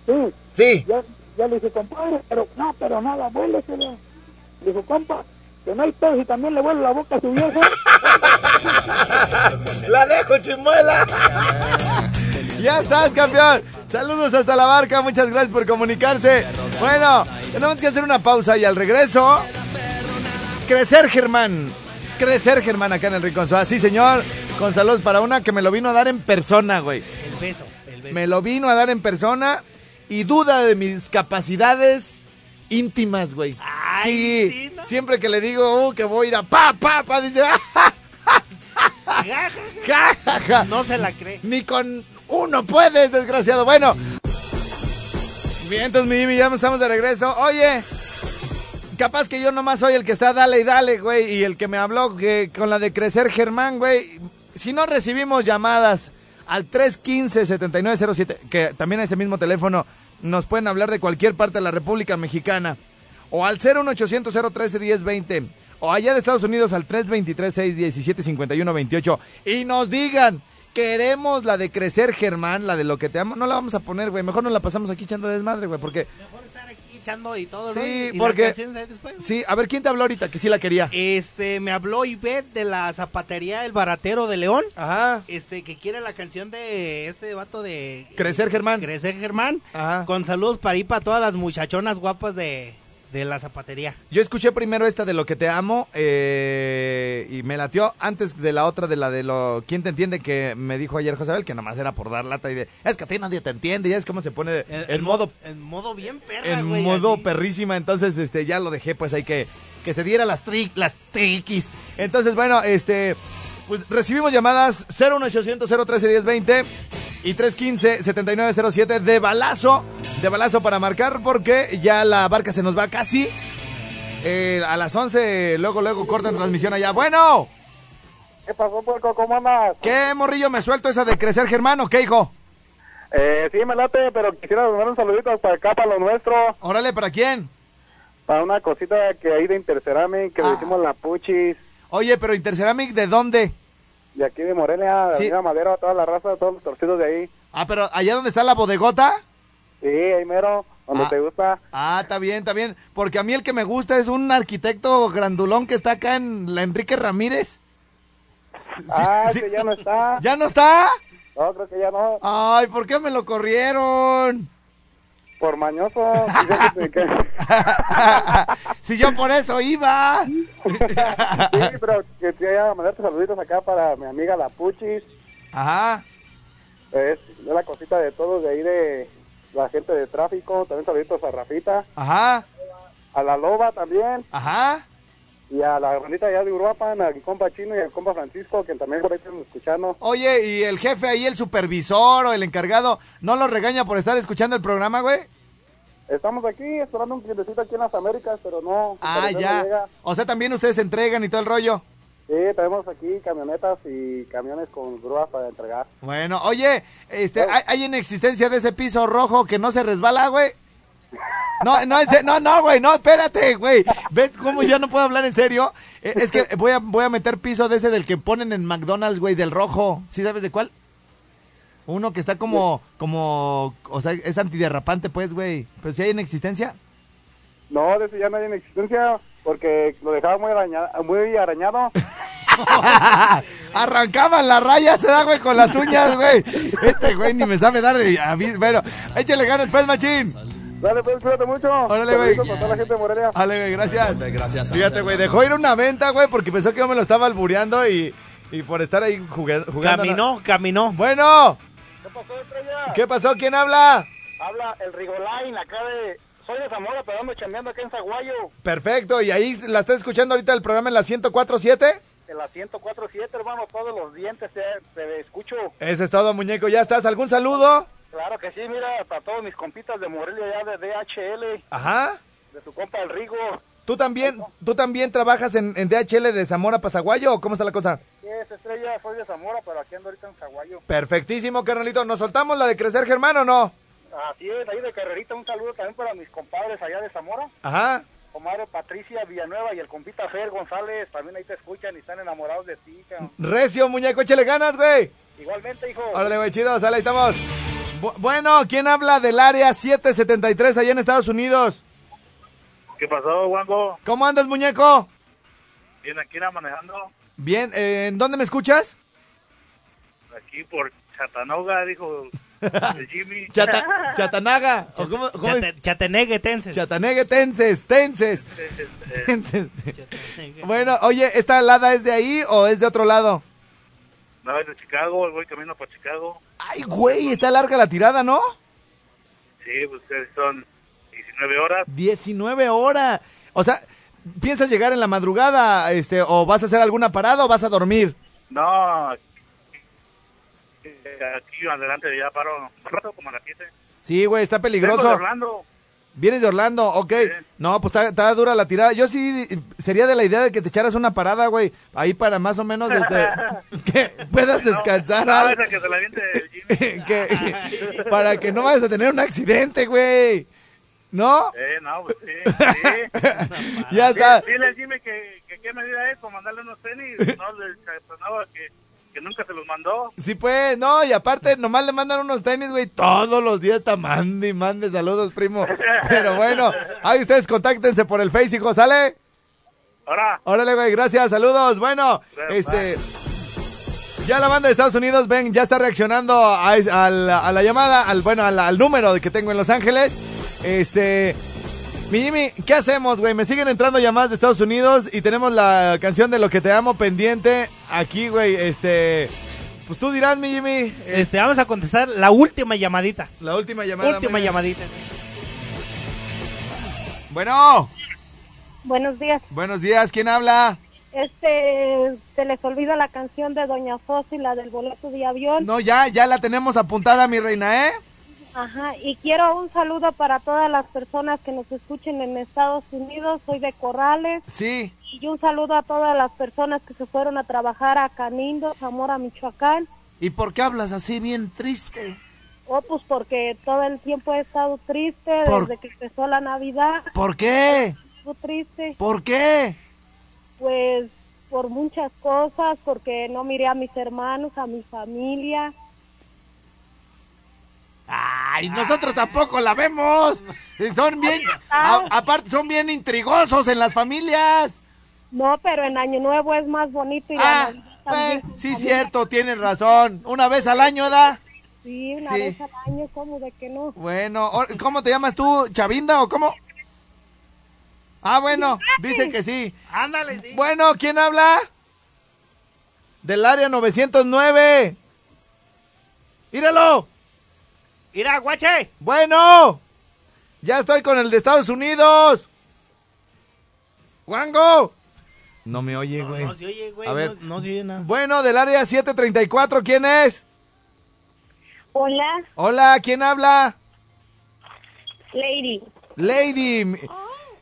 [SPEAKER 8] sí.
[SPEAKER 2] Sí.
[SPEAKER 8] ya, ya le dije, compadre, pero no, pero nada, vuélesela. Le dijo, compa, que no hay pedo y también le vuelvo la boca a su vieja.
[SPEAKER 2] ¡La dejo, chimuela! ya estás, campeón. Saludos hasta la barca. Muchas gracias por comunicarse. Bueno, tenemos que hacer una pausa y al regreso. Crecer, Germán. Crecer, Germán, acá en el Rincón. Así, señor. Con saludos para una que me lo vino a dar en persona, güey.
[SPEAKER 4] El beso, el beso.
[SPEAKER 2] Me lo vino a dar en persona y duda de mis capacidades íntimas, güey.
[SPEAKER 4] Ay, sí, ¿no?
[SPEAKER 2] siempre que le digo uh, que voy a ir a pa, pa, pa, dice, "Ah, ja, ja, ja, ja".
[SPEAKER 4] No se la cree.
[SPEAKER 2] Ni con uno puedes, desgraciado. Bueno. Bien, entonces, mi Jimmy, ya estamos de regreso. Oye, capaz que yo nomás soy el que está dale y dale, güey. Y el que me habló que con la de crecer Germán, güey. Si no recibimos llamadas al 315-7907, que también a ese mismo teléfono nos pueden hablar de cualquier parte de la República Mexicana. O al 01800 013 1020 O allá de Estados Unidos al 323-617-5128. Y nos digan, queremos la de crecer Germán, la de lo que te amo. No la vamos a poner, güey. Mejor nos la pasamos aquí echando desmadre, güey. Porque
[SPEAKER 4] Mejor estar aquí echando y todo. ¿no?
[SPEAKER 2] Sí,
[SPEAKER 4] Y- y
[SPEAKER 2] porque-
[SPEAKER 4] las canciones ahí después.
[SPEAKER 2] Sí, a ver, ¿quién te habló ahorita? Que sí la quería.
[SPEAKER 4] Este, me habló Ivette de la zapatería El Baratero de León.
[SPEAKER 2] Ajá.
[SPEAKER 4] Este, que quiere la canción de este vato de...
[SPEAKER 2] Crecer, Germán.
[SPEAKER 4] Crecer Germán.
[SPEAKER 2] Ajá.
[SPEAKER 4] Con saludos para ir para todas las muchachonas guapas de, de la zapatería.
[SPEAKER 2] Yo escuché primero esta de Lo que te amo eh, y me latió antes de la otra de la de lo... ¿Quién te entiende? Que me dijo ayer Josabel que nomás era por dar lata y de... Es que a ti nadie te entiende y es como se pone en, modo...
[SPEAKER 4] En modo bien perra,
[SPEAKER 2] En
[SPEAKER 4] güey,
[SPEAKER 2] modo
[SPEAKER 4] así.
[SPEAKER 2] perrísima, entonces este ya lo dejé pues hay que que se diera las tri, las triquis. Entonces, bueno, este Pues recibimos llamadas 01800 013 1020 y 315 7907 de balazo, de balazo para marcar porque ya la barca se nos va casi. Eh, a las 11 luego luego cortan transmisión allá. Bueno,
[SPEAKER 6] ¿Qué pasó, puerco? ¿Cómo andas?
[SPEAKER 2] ¿qué morrillo me suelto esa de crecer Germán o qué hijo?
[SPEAKER 6] Eh, sí, me late, pero quisiera mandar un saludito para acá, para lo nuestro,
[SPEAKER 2] Órale, ¿para quién?
[SPEAKER 6] para una cosita que hay de Interceramic, que
[SPEAKER 2] Ah.
[SPEAKER 6] le decimos la Puchis,
[SPEAKER 2] Oye, pero Interceramic ¿de dónde?
[SPEAKER 6] de aquí de Morelia, de
[SPEAKER 2] Sí.
[SPEAKER 6] Avenida Madero, a toda la raza, a todos los torcidos de ahí.
[SPEAKER 2] Ah, pero allá donde está la bodegota?
[SPEAKER 6] Sí, ahí mero, donde
[SPEAKER 2] Ah.
[SPEAKER 6] te gusta.
[SPEAKER 2] Ah, está bien, está bien. Porque a mí el que me gusta es un arquitecto grandulón que está acá en la Enrique Ramírez. Sí,
[SPEAKER 6] ah,
[SPEAKER 2] sí.
[SPEAKER 6] que ya no está.
[SPEAKER 2] ¿Ya no está?
[SPEAKER 6] No, creo que ya no,
[SPEAKER 2] Ay, ¿por qué me lo corrieron?
[SPEAKER 6] por mañoso. fíjate que-
[SPEAKER 2] si yo por eso iba.
[SPEAKER 6] sí, pero que quería mandarte saluditos acá para mi amiga la Puchis,
[SPEAKER 2] Ajá.
[SPEAKER 6] es de la cosita de todos de ahí de la gente de tráfico, también saluditos a Rafita,
[SPEAKER 2] Ajá.
[SPEAKER 6] a la Loba también.
[SPEAKER 2] Ajá.
[SPEAKER 6] Y a la bandita allá de Uruapan, al compa Chino y al compa Francisco, que también por ahí están escuchando.
[SPEAKER 2] Oye, ¿y el jefe ahí, el supervisor o el encargado, no lo regaña por estar escuchando el programa, güey?
[SPEAKER 6] Estamos aquí esperando un clientecito aquí en las Américas, pero no. al
[SPEAKER 2] Ah,
[SPEAKER 6] parecer no
[SPEAKER 2] ya.
[SPEAKER 6] llega.
[SPEAKER 2] O sea, también ustedes se entregan y todo el rollo.
[SPEAKER 6] Sí, tenemos aquí camionetas y camiones con grúas para entregar.
[SPEAKER 2] Bueno, oye, este, ¿hay, hay en existencia de ese piso rojo que no se resbala, güey? No, no, en se- no, no, güey, no, espérate, güey. ¿Ves cómo yo no puedo hablar en serio? Eh, Es que voy a, voy a meter piso de ese del que ponen en McDonald's, güey, del rojo. ¿Sí sabes de cuál? Uno que está como, como, o sea, es antiderrapante, pues, güey. Pero si hay en existencia.
[SPEAKER 6] No, de eso ya no hay en existencia, porque lo dejaba muy, araña- muy arañado.
[SPEAKER 2] Arrancaban las rayas, se da, güey, con las uñas, güey. Este güey ni me sabe dar eh, avis- Bueno, échale ganas, pues, machín.
[SPEAKER 6] Dale, pues, cuídate mucho.
[SPEAKER 2] Órale, güey.
[SPEAKER 6] Saluditos para toda la gente de Morelia.
[SPEAKER 2] Ale, güey, gracias. Fíjate, güey, dejó ir una venta, güey, porque pensó que yo me lo estaba albureando y, y por estar ahí jugue- jugando.
[SPEAKER 4] Caminó, caminó.
[SPEAKER 2] Bueno,
[SPEAKER 6] ¿Qué pasó, estrella?
[SPEAKER 2] ¿qué pasó? ¿Quién habla?
[SPEAKER 6] Habla el Rigolain acá de... Soy de Zamora, pero ando chambeando acá en Zaguayo,
[SPEAKER 2] Perfecto, y ahí la estás escuchando ahorita el programa en la 1047.
[SPEAKER 6] en la 104.7, hermano, todos los dientes te, te escucho.
[SPEAKER 2] Ese es todo, muñeco, ya estás. ¿Algún saludo?
[SPEAKER 6] Claro que sí, mira, para todos mis compitas de Morelia ya de DHL,
[SPEAKER 2] Ajá.
[SPEAKER 6] de su compa El Rigo.
[SPEAKER 2] ¿Tú también, tú también trabajas en, en DHL de Zamora Pasaguayo o cómo está la cosa?
[SPEAKER 6] ¿Qué es, estrella? Soy de Zamora, pero aquí ando ahorita en Zaguayo.
[SPEAKER 2] Perfectísimo, carnalito. ¿Nos soltamos la de crecer, Germán, o no?
[SPEAKER 6] Así es, ahí de carrerita, un saludo también para mis compadres allá de Zamora,
[SPEAKER 2] Ajá.
[SPEAKER 6] Omar Patricia Villanueva y el compita Fer González, también ahí te escuchan y están enamorados de ti, cabrón.
[SPEAKER 2] Recio, muñeco, échale ganas, güey.
[SPEAKER 6] Igualmente, hijo.
[SPEAKER 2] Órale, güey, chido, sale, ahí estamos. Bu- bueno, ¿quién habla del área 773 allá en Estados Unidos?
[SPEAKER 9] ¿Qué pasó, Wango?
[SPEAKER 2] ¿Cómo andas, muñeco?
[SPEAKER 9] Bien, aquí era manejando.
[SPEAKER 2] Bien, eh, ¿en dónde me escuchas?
[SPEAKER 9] Aquí por Chatanoga, dijo el Jimmy.
[SPEAKER 2] Chata- Chatanaga. ¿o ¿Cómo, cómo es?
[SPEAKER 4] Chate- Chatenegue, tenses.
[SPEAKER 2] Chatanegue, tenses, tenses, tenses. Bueno, oye, ¿esta alada es de ahí o es de otro lado?
[SPEAKER 9] No, es de Chicago, voy camino para Chicago.
[SPEAKER 2] Ay, güey, está larga la tirada, ¿no?
[SPEAKER 9] Sí, pues eh, son 19 horas.
[SPEAKER 2] 19 horas. O sea, ¿piensas llegar en la madrugada este, o vas a hacer alguna parada o vas a dormir?
[SPEAKER 9] No, eh, aquí adelante ya paro un rato, como a las 7.
[SPEAKER 2] Sí, güey, está
[SPEAKER 9] Vengo
[SPEAKER 2] peligroso.
[SPEAKER 9] de Orlando.
[SPEAKER 2] Vienes de Orlando, ok.
[SPEAKER 9] Sí.
[SPEAKER 2] No, pues está- está dura la tirada. Yo sí eh, sería de la idea de que te echaras una parada, güey. Ahí para más o menos este, que puedas descansar.
[SPEAKER 9] No,
[SPEAKER 2] al-
[SPEAKER 9] esa que se la aviente el Jimmy.
[SPEAKER 2] que- para que no vayas a tener un accidente, güey. ¿No?
[SPEAKER 9] Eh, no, pues sí, sí.
[SPEAKER 2] ya está.
[SPEAKER 9] Dile al Jimmy que, que qué medida es para mandarle unos tenis. No, le Chatanoga que, que nunca se los mandó.
[SPEAKER 2] Sí, pues, no, y aparte, nomás le mandan unos tenis, güey, todos los días está mande y mande saludos, primo. Pero bueno, ahí ustedes contáctense por el Face, hijo, ¿sale?
[SPEAKER 9] Ahora,
[SPEAKER 2] Órale, güey, gracias, saludos. Bueno,
[SPEAKER 9] Gracias,
[SPEAKER 2] este. Ya la banda de Estados Unidos, ven, ya está reaccionando a, es- a la, a la llamada, al bueno, al, al número que tengo en Los Ángeles. Este. Mi Jimmy, ¿qué hacemos, güey? Me siguen entrando llamadas de Estados Unidos y tenemos la canción de Lo que te amo pendiente aquí, güey. Este. Pues tú dirás, mi Jimmy. eh,
[SPEAKER 4] Este, vamos a contestar la última llamadita.
[SPEAKER 2] la última llamada.
[SPEAKER 4] última
[SPEAKER 2] muy bien.
[SPEAKER 4] llamadita.
[SPEAKER 2] Bueno,
[SPEAKER 10] Buenos días,
[SPEAKER 2] buenos días, ¿quién habla?
[SPEAKER 11] este, se les olvida la canción de Doña Fossi, la del boleto de avión.
[SPEAKER 2] No, ya, ya la tenemos apuntada, mi reina, ¿eh?
[SPEAKER 11] Ajá, y quiero un saludo para todas las personas que nos escuchen en Estados Unidos, soy de Corrales,
[SPEAKER 2] Sí.
[SPEAKER 11] y un saludo a todas las personas que se fueron a trabajar a Canindo, Zamora, Michoacán.
[SPEAKER 7] ¿Y por qué hablas así bien triste?
[SPEAKER 11] Oh, pues porque todo el tiempo he estado triste,
[SPEAKER 7] ¿Por-
[SPEAKER 11] desde que empezó la Navidad,
[SPEAKER 7] ¿Por qué?
[SPEAKER 11] estuve triste,
[SPEAKER 7] ¿Por qué?
[SPEAKER 11] pues por muchas cosas, porque no miré a mis hermanos, a mi familia.
[SPEAKER 7] Ay, nosotros tampoco la vemos. Son bien, a- aparte son bien intrigosos en las familias.
[SPEAKER 11] No, pero en Año Nuevo es más bonito y la
[SPEAKER 7] Ah,
[SPEAKER 11] Navidad
[SPEAKER 7] eh,
[SPEAKER 11] también.
[SPEAKER 7] sí,
[SPEAKER 11] También-
[SPEAKER 7] cierto, tienes razón. Una vez al año, da.
[SPEAKER 11] Sí, una
[SPEAKER 7] Sí.
[SPEAKER 11] vez al año, como de que no.
[SPEAKER 7] Bueno, o- ¿cómo te llamas tú? ¿Chavinda o cómo? Ah, bueno, dice que sí.
[SPEAKER 4] Ándale, sí.
[SPEAKER 7] Bueno, ¿quién habla?
[SPEAKER 2] Del área 909. ¡Míralo!
[SPEAKER 4] Mira, guache.
[SPEAKER 2] Bueno. Ya estoy con el de Estados Unidos. ¡Wango! No me oye, güey.
[SPEAKER 4] No se oye, güey.
[SPEAKER 2] A ver.
[SPEAKER 4] No, no se oye nada.
[SPEAKER 2] Bueno, del área 734, ¿quién es?
[SPEAKER 11] Hola,
[SPEAKER 2] Hola, ¿quién habla?
[SPEAKER 11] Lady.
[SPEAKER 2] Lady. mi-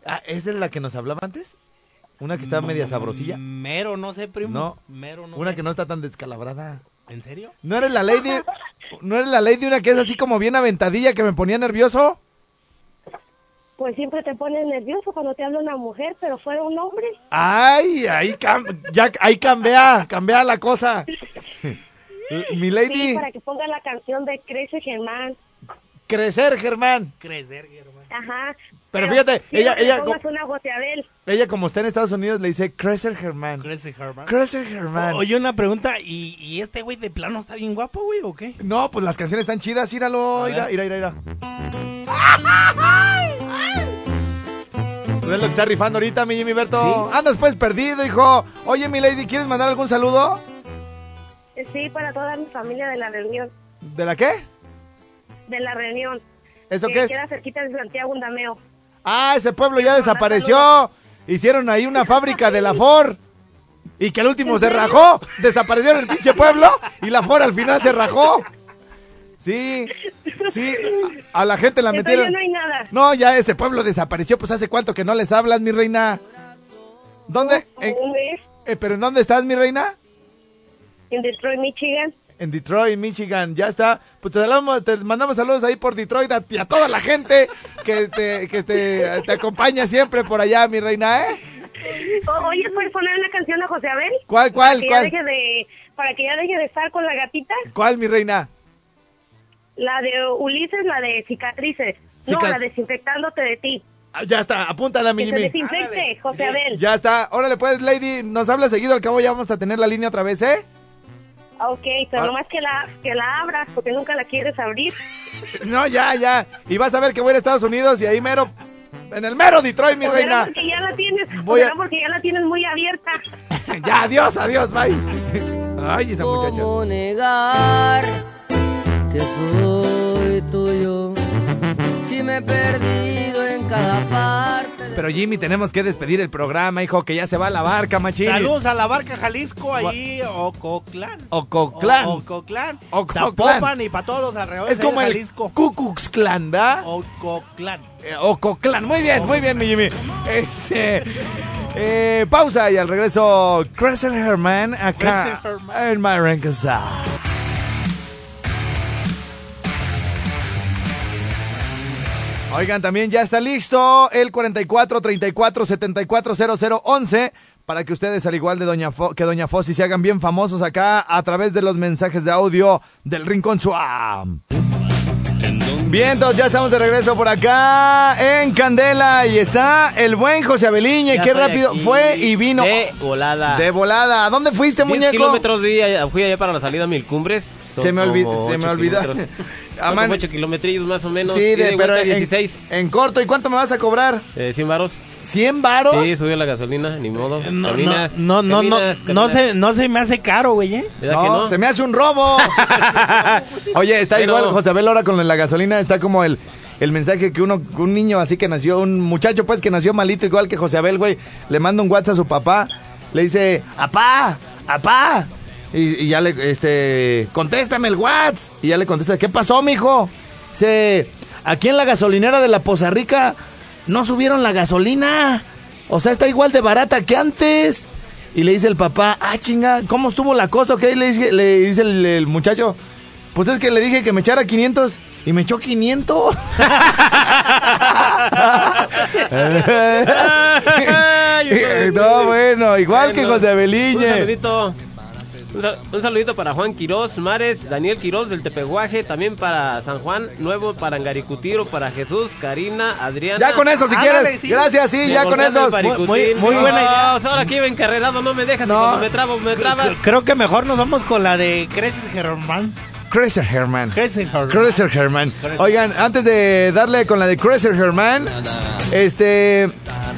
[SPEAKER 2] Ah, ¿Esa es la que nos hablaba antes? Una que está media sabrosilla.
[SPEAKER 4] Mm, Mero, no sé, primo.
[SPEAKER 2] No.
[SPEAKER 4] Mero, no
[SPEAKER 2] Una
[SPEAKER 4] sé.
[SPEAKER 2] que no está tan descalabrada.
[SPEAKER 4] ¿En serio?
[SPEAKER 2] ¿No eres la Lady? ¿No eres la Lady una que es así como bien aventadilla que me ponía nervioso?
[SPEAKER 11] Pues siempre te pones nervioso cuando te habla una mujer, pero fuera un hombre.
[SPEAKER 2] Ay, ahí, cam- ya, ahí cambia, cambia la cosa. Mi lady,
[SPEAKER 11] que ponga la canción de Crece Germán.
[SPEAKER 2] crecer, Germán.
[SPEAKER 4] Crecer, hermano.
[SPEAKER 11] Ajá.
[SPEAKER 2] Pero fíjate, Eh, ella, ella, co-
[SPEAKER 11] una goteadel.
[SPEAKER 2] ella como está en Estados Unidos le dice crecer, Germán.
[SPEAKER 4] Crecer, Herman.
[SPEAKER 2] Crecer, Germán.
[SPEAKER 4] Oye, una pregunta. ¿Y, y este güey de plano está bien guapo, güey, o qué?
[SPEAKER 2] No, pues las canciones están chidas, íralo,
[SPEAKER 4] A
[SPEAKER 2] ira,
[SPEAKER 4] ver.
[SPEAKER 2] ira, ira, ira. ¿Tú ves lo que está rifando ahorita, mi Jimmy Berto?
[SPEAKER 4] Sí.
[SPEAKER 2] Andas pues perdido, hijo. Oye, mi lady, ¿quieres mandar algún saludo?
[SPEAKER 11] Eh, Sí, para toda mi familia de la reunión.
[SPEAKER 2] ¿De la qué?
[SPEAKER 11] De la reunión.
[SPEAKER 2] ¿Eso qué es?
[SPEAKER 11] cerquita de Santiago Undameo.
[SPEAKER 2] Ah, ese pueblo ya desapareció. Hicieron ahí una fábrica de la Ford. Y que al último se rajó. Desaparecieron el pinche pueblo. Y la Ford al final se rajó. Sí, sí. A la gente la metieron.
[SPEAKER 11] nada.
[SPEAKER 2] No, ya este pueblo desapareció. Pues hace cuánto que no les hablas, mi reina. ¿Dónde? En-
[SPEAKER 11] mes
[SPEAKER 2] eh, ¿Pero en dónde estás, mi reina?
[SPEAKER 11] en Detroit, Michigan.
[SPEAKER 2] En Detroit, Michigan, ya está. Pues te, hablamos- te mandamos saludos ahí por Detroit a, ti, a toda la gente que, te, que te, te acompaña siempre por allá, mi reina, ¿eh?
[SPEAKER 11] oye, ¿puedes poner una canción a José Abel?
[SPEAKER 2] ¿Cuál, cuál, cuál?
[SPEAKER 11] de, para que ya deje de estar con la gatita.
[SPEAKER 2] ¿Cuál, mi reina?
[SPEAKER 11] La de Ulises, la de cicatrices.
[SPEAKER 2] Cica-
[SPEAKER 11] No, la desinfectándote de ti.
[SPEAKER 2] Ah, ya está, apúntala, mi
[SPEAKER 11] Que se
[SPEAKER 2] Jimmy.
[SPEAKER 11] desinfecte, José Abel.
[SPEAKER 2] Ya está. Órale, pues, Lady, nos habla seguido. Al cabo ya vamos a tener la línea otra vez, ¿eh?
[SPEAKER 11] Ok, pero
[SPEAKER 2] Ah.
[SPEAKER 11] nomás que la, que la abras, porque nunca la quieres abrir.
[SPEAKER 2] No, ya, ya. Y vas a ver que voy a ir a Estados Unidos y ahí mero... En el mero Detroit, mi
[SPEAKER 11] O
[SPEAKER 2] reina.
[SPEAKER 11] será porque ya la tienes, o
[SPEAKER 2] Voy a-
[SPEAKER 11] será porque ya la tienes muy abierta.
[SPEAKER 2] Ya, adiós, adiós, bye. Ay, pues. esa muchacha.
[SPEAKER 12] ¿Cómo negar que soy tuyo? Si me he perdido en cada parte. de-
[SPEAKER 2] Pero Jimmy, tenemos que despedir el programa, hijo, que ya se va a la barca, machín.
[SPEAKER 4] Saludos a la barca Jalisco, ahí, Ococlán.
[SPEAKER 2] Ococlán.
[SPEAKER 4] O- Ococlán.
[SPEAKER 2] Ococlán.
[SPEAKER 4] Zapopan y para todos los alrededores
[SPEAKER 2] Es como
[SPEAKER 4] ahí de
[SPEAKER 2] el
[SPEAKER 4] Jalisco.
[SPEAKER 2] Cucux Clan, ¿da?
[SPEAKER 4] Ococlán.
[SPEAKER 2] Eh, Ococlán. Muy bien, muy bien, mi Jimmy. Este, eh, pausa y al regreso, Crescent Herman acá
[SPEAKER 4] Crescent Herman.
[SPEAKER 2] en Myron Casal. Oigan, también ya está listo el 44 34 74 00 11 para que ustedes, al igual de Doña Fo- que Doña Fossi, se hagan bien famosos acá a través de los mensajes de audio del Rincón Suam. Bien, entonces ya estamos de regreso por acá en Candela y está el buen José Abeliñe.
[SPEAKER 5] Ya
[SPEAKER 2] Qué
[SPEAKER 5] estoy
[SPEAKER 2] rápido
[SPEAKER 5] aquí.
[SPEAKER 2] fue y vino
[SPEAKER 5] De volada.
[SPEAKER 2] de volada. ¿A dónde fuiste,
[SPEAKER 5] 10
[SPEAKER 2] muñeco?
[SPEAKER 5] kilómetros vi allá- fui allá para la salida a Mil Cumbres. Son
[SPEAKER 2] Se me, olvi-
[SPEAKER 5] como
[SPEAKER 2] se me
[SPEAKER 5] ocho
[SPEAKER 2] olvidó.
[SPEAKER 5] kilómetros. Son
[SPEAKER 2] Aman-
[SPEAKER 5] como 8 kilómetros más o menos.
[SPEAKER 2] sí,
[SPEAKER 5] Ida
[SPEAKER 2] de,
[SPEAKER 5] y
[SPEAKER 2] pero
[SPEAKER 5] vuelta,
[SPEAKER 2] en,
[SPEAKER 5] 16.
[SPEAKER 2] en corto. ¿Y cuánto me vas a cobrar?
[SPEAKER 5] Eh, 100 varos.
[SPEAKER 2] ¿100 varos?
[SPEAKER 5] Sí, subió la gasolina, ni modo.
[SPEAKER 4] No,
[SPEAKER 5] caminas,
[SPEAKER 4] no, no, no,
[SPEAKER 5] caminas,
[SPEAKER 4] no, no,
[SPEAKER 5] caminas.
[SPEAKER 4] se, no se me hace caro, güey, ¿eh?
[SPEAKER 5] ¿Verdad
[SPEAKER 2] No,
[SPEAKER 5] que no?
[SPEAKER 2] se me hace un robo. Oye, está
[SPEAKER 5] Pero-
[SPEAKER 2] igual, José Abel, ahora con la gasolina está como el, el mensaje que uno, un niño así que nació, un muchacho pues que nació malito igual que José Abel, güey, le manda un WhatsApp a su papá Le dice, apá, apá. Y, y ya le, este, contéstame el WhatsApp. Y ya le contesta, ¿qué pasó, mijo? Dice, aquí en la gasolinera de la Poza Rica no subieron la gasolina. O sea, está igual de barata que antes. Y le dice el papá, ah, chinga, ¿cómo estuvo la cosa? ¿Qué? Y le dice, le dice el, el muchacho, pues es que le dije que me echara 500 y me echó 500. no, bueno, igual que
[SPEAKER 5] Bueno,
[SPEAKER 2] José
[SPEAKER 5] Un
[SPEAKER 2] Beliñe.
[SPEAKER 5] saludito. Un sal- un saludito para Juan Quirós Mares, Daniel Quirós del Tepeguaje, también para San Juan Nuevo, para Angaricutiro, para Jesús, Karina, Adriana.
[SPEAKER 2] Ya con eso, si
[SPEAKER 4] Ándale,
[SPEAKER 2] quieres.
[SPEAKER 4] sí.
[SPEAKER 2] Gracias, sí, ya con eso.
[SPEAKER 5] Muy,
[SPEAKER 4] muy- muy buena idea.
[SPEAKER 5] ahora aquí iba encarrerado, no me dejas. y
[SPEAKER 2] No.
[SPEAKER 5] cuando me trabo, me trabas.
[SPEAKER 4] Creo que mejor nos vamos con la de Creces Germán.
[SPEAKER 2] Crescer Herman.
[SPEAKER 4] Creces Germán.
[SPEAKER 2] Cresser Herman. Oigan, antes de darle con la de Cresser Herman, este.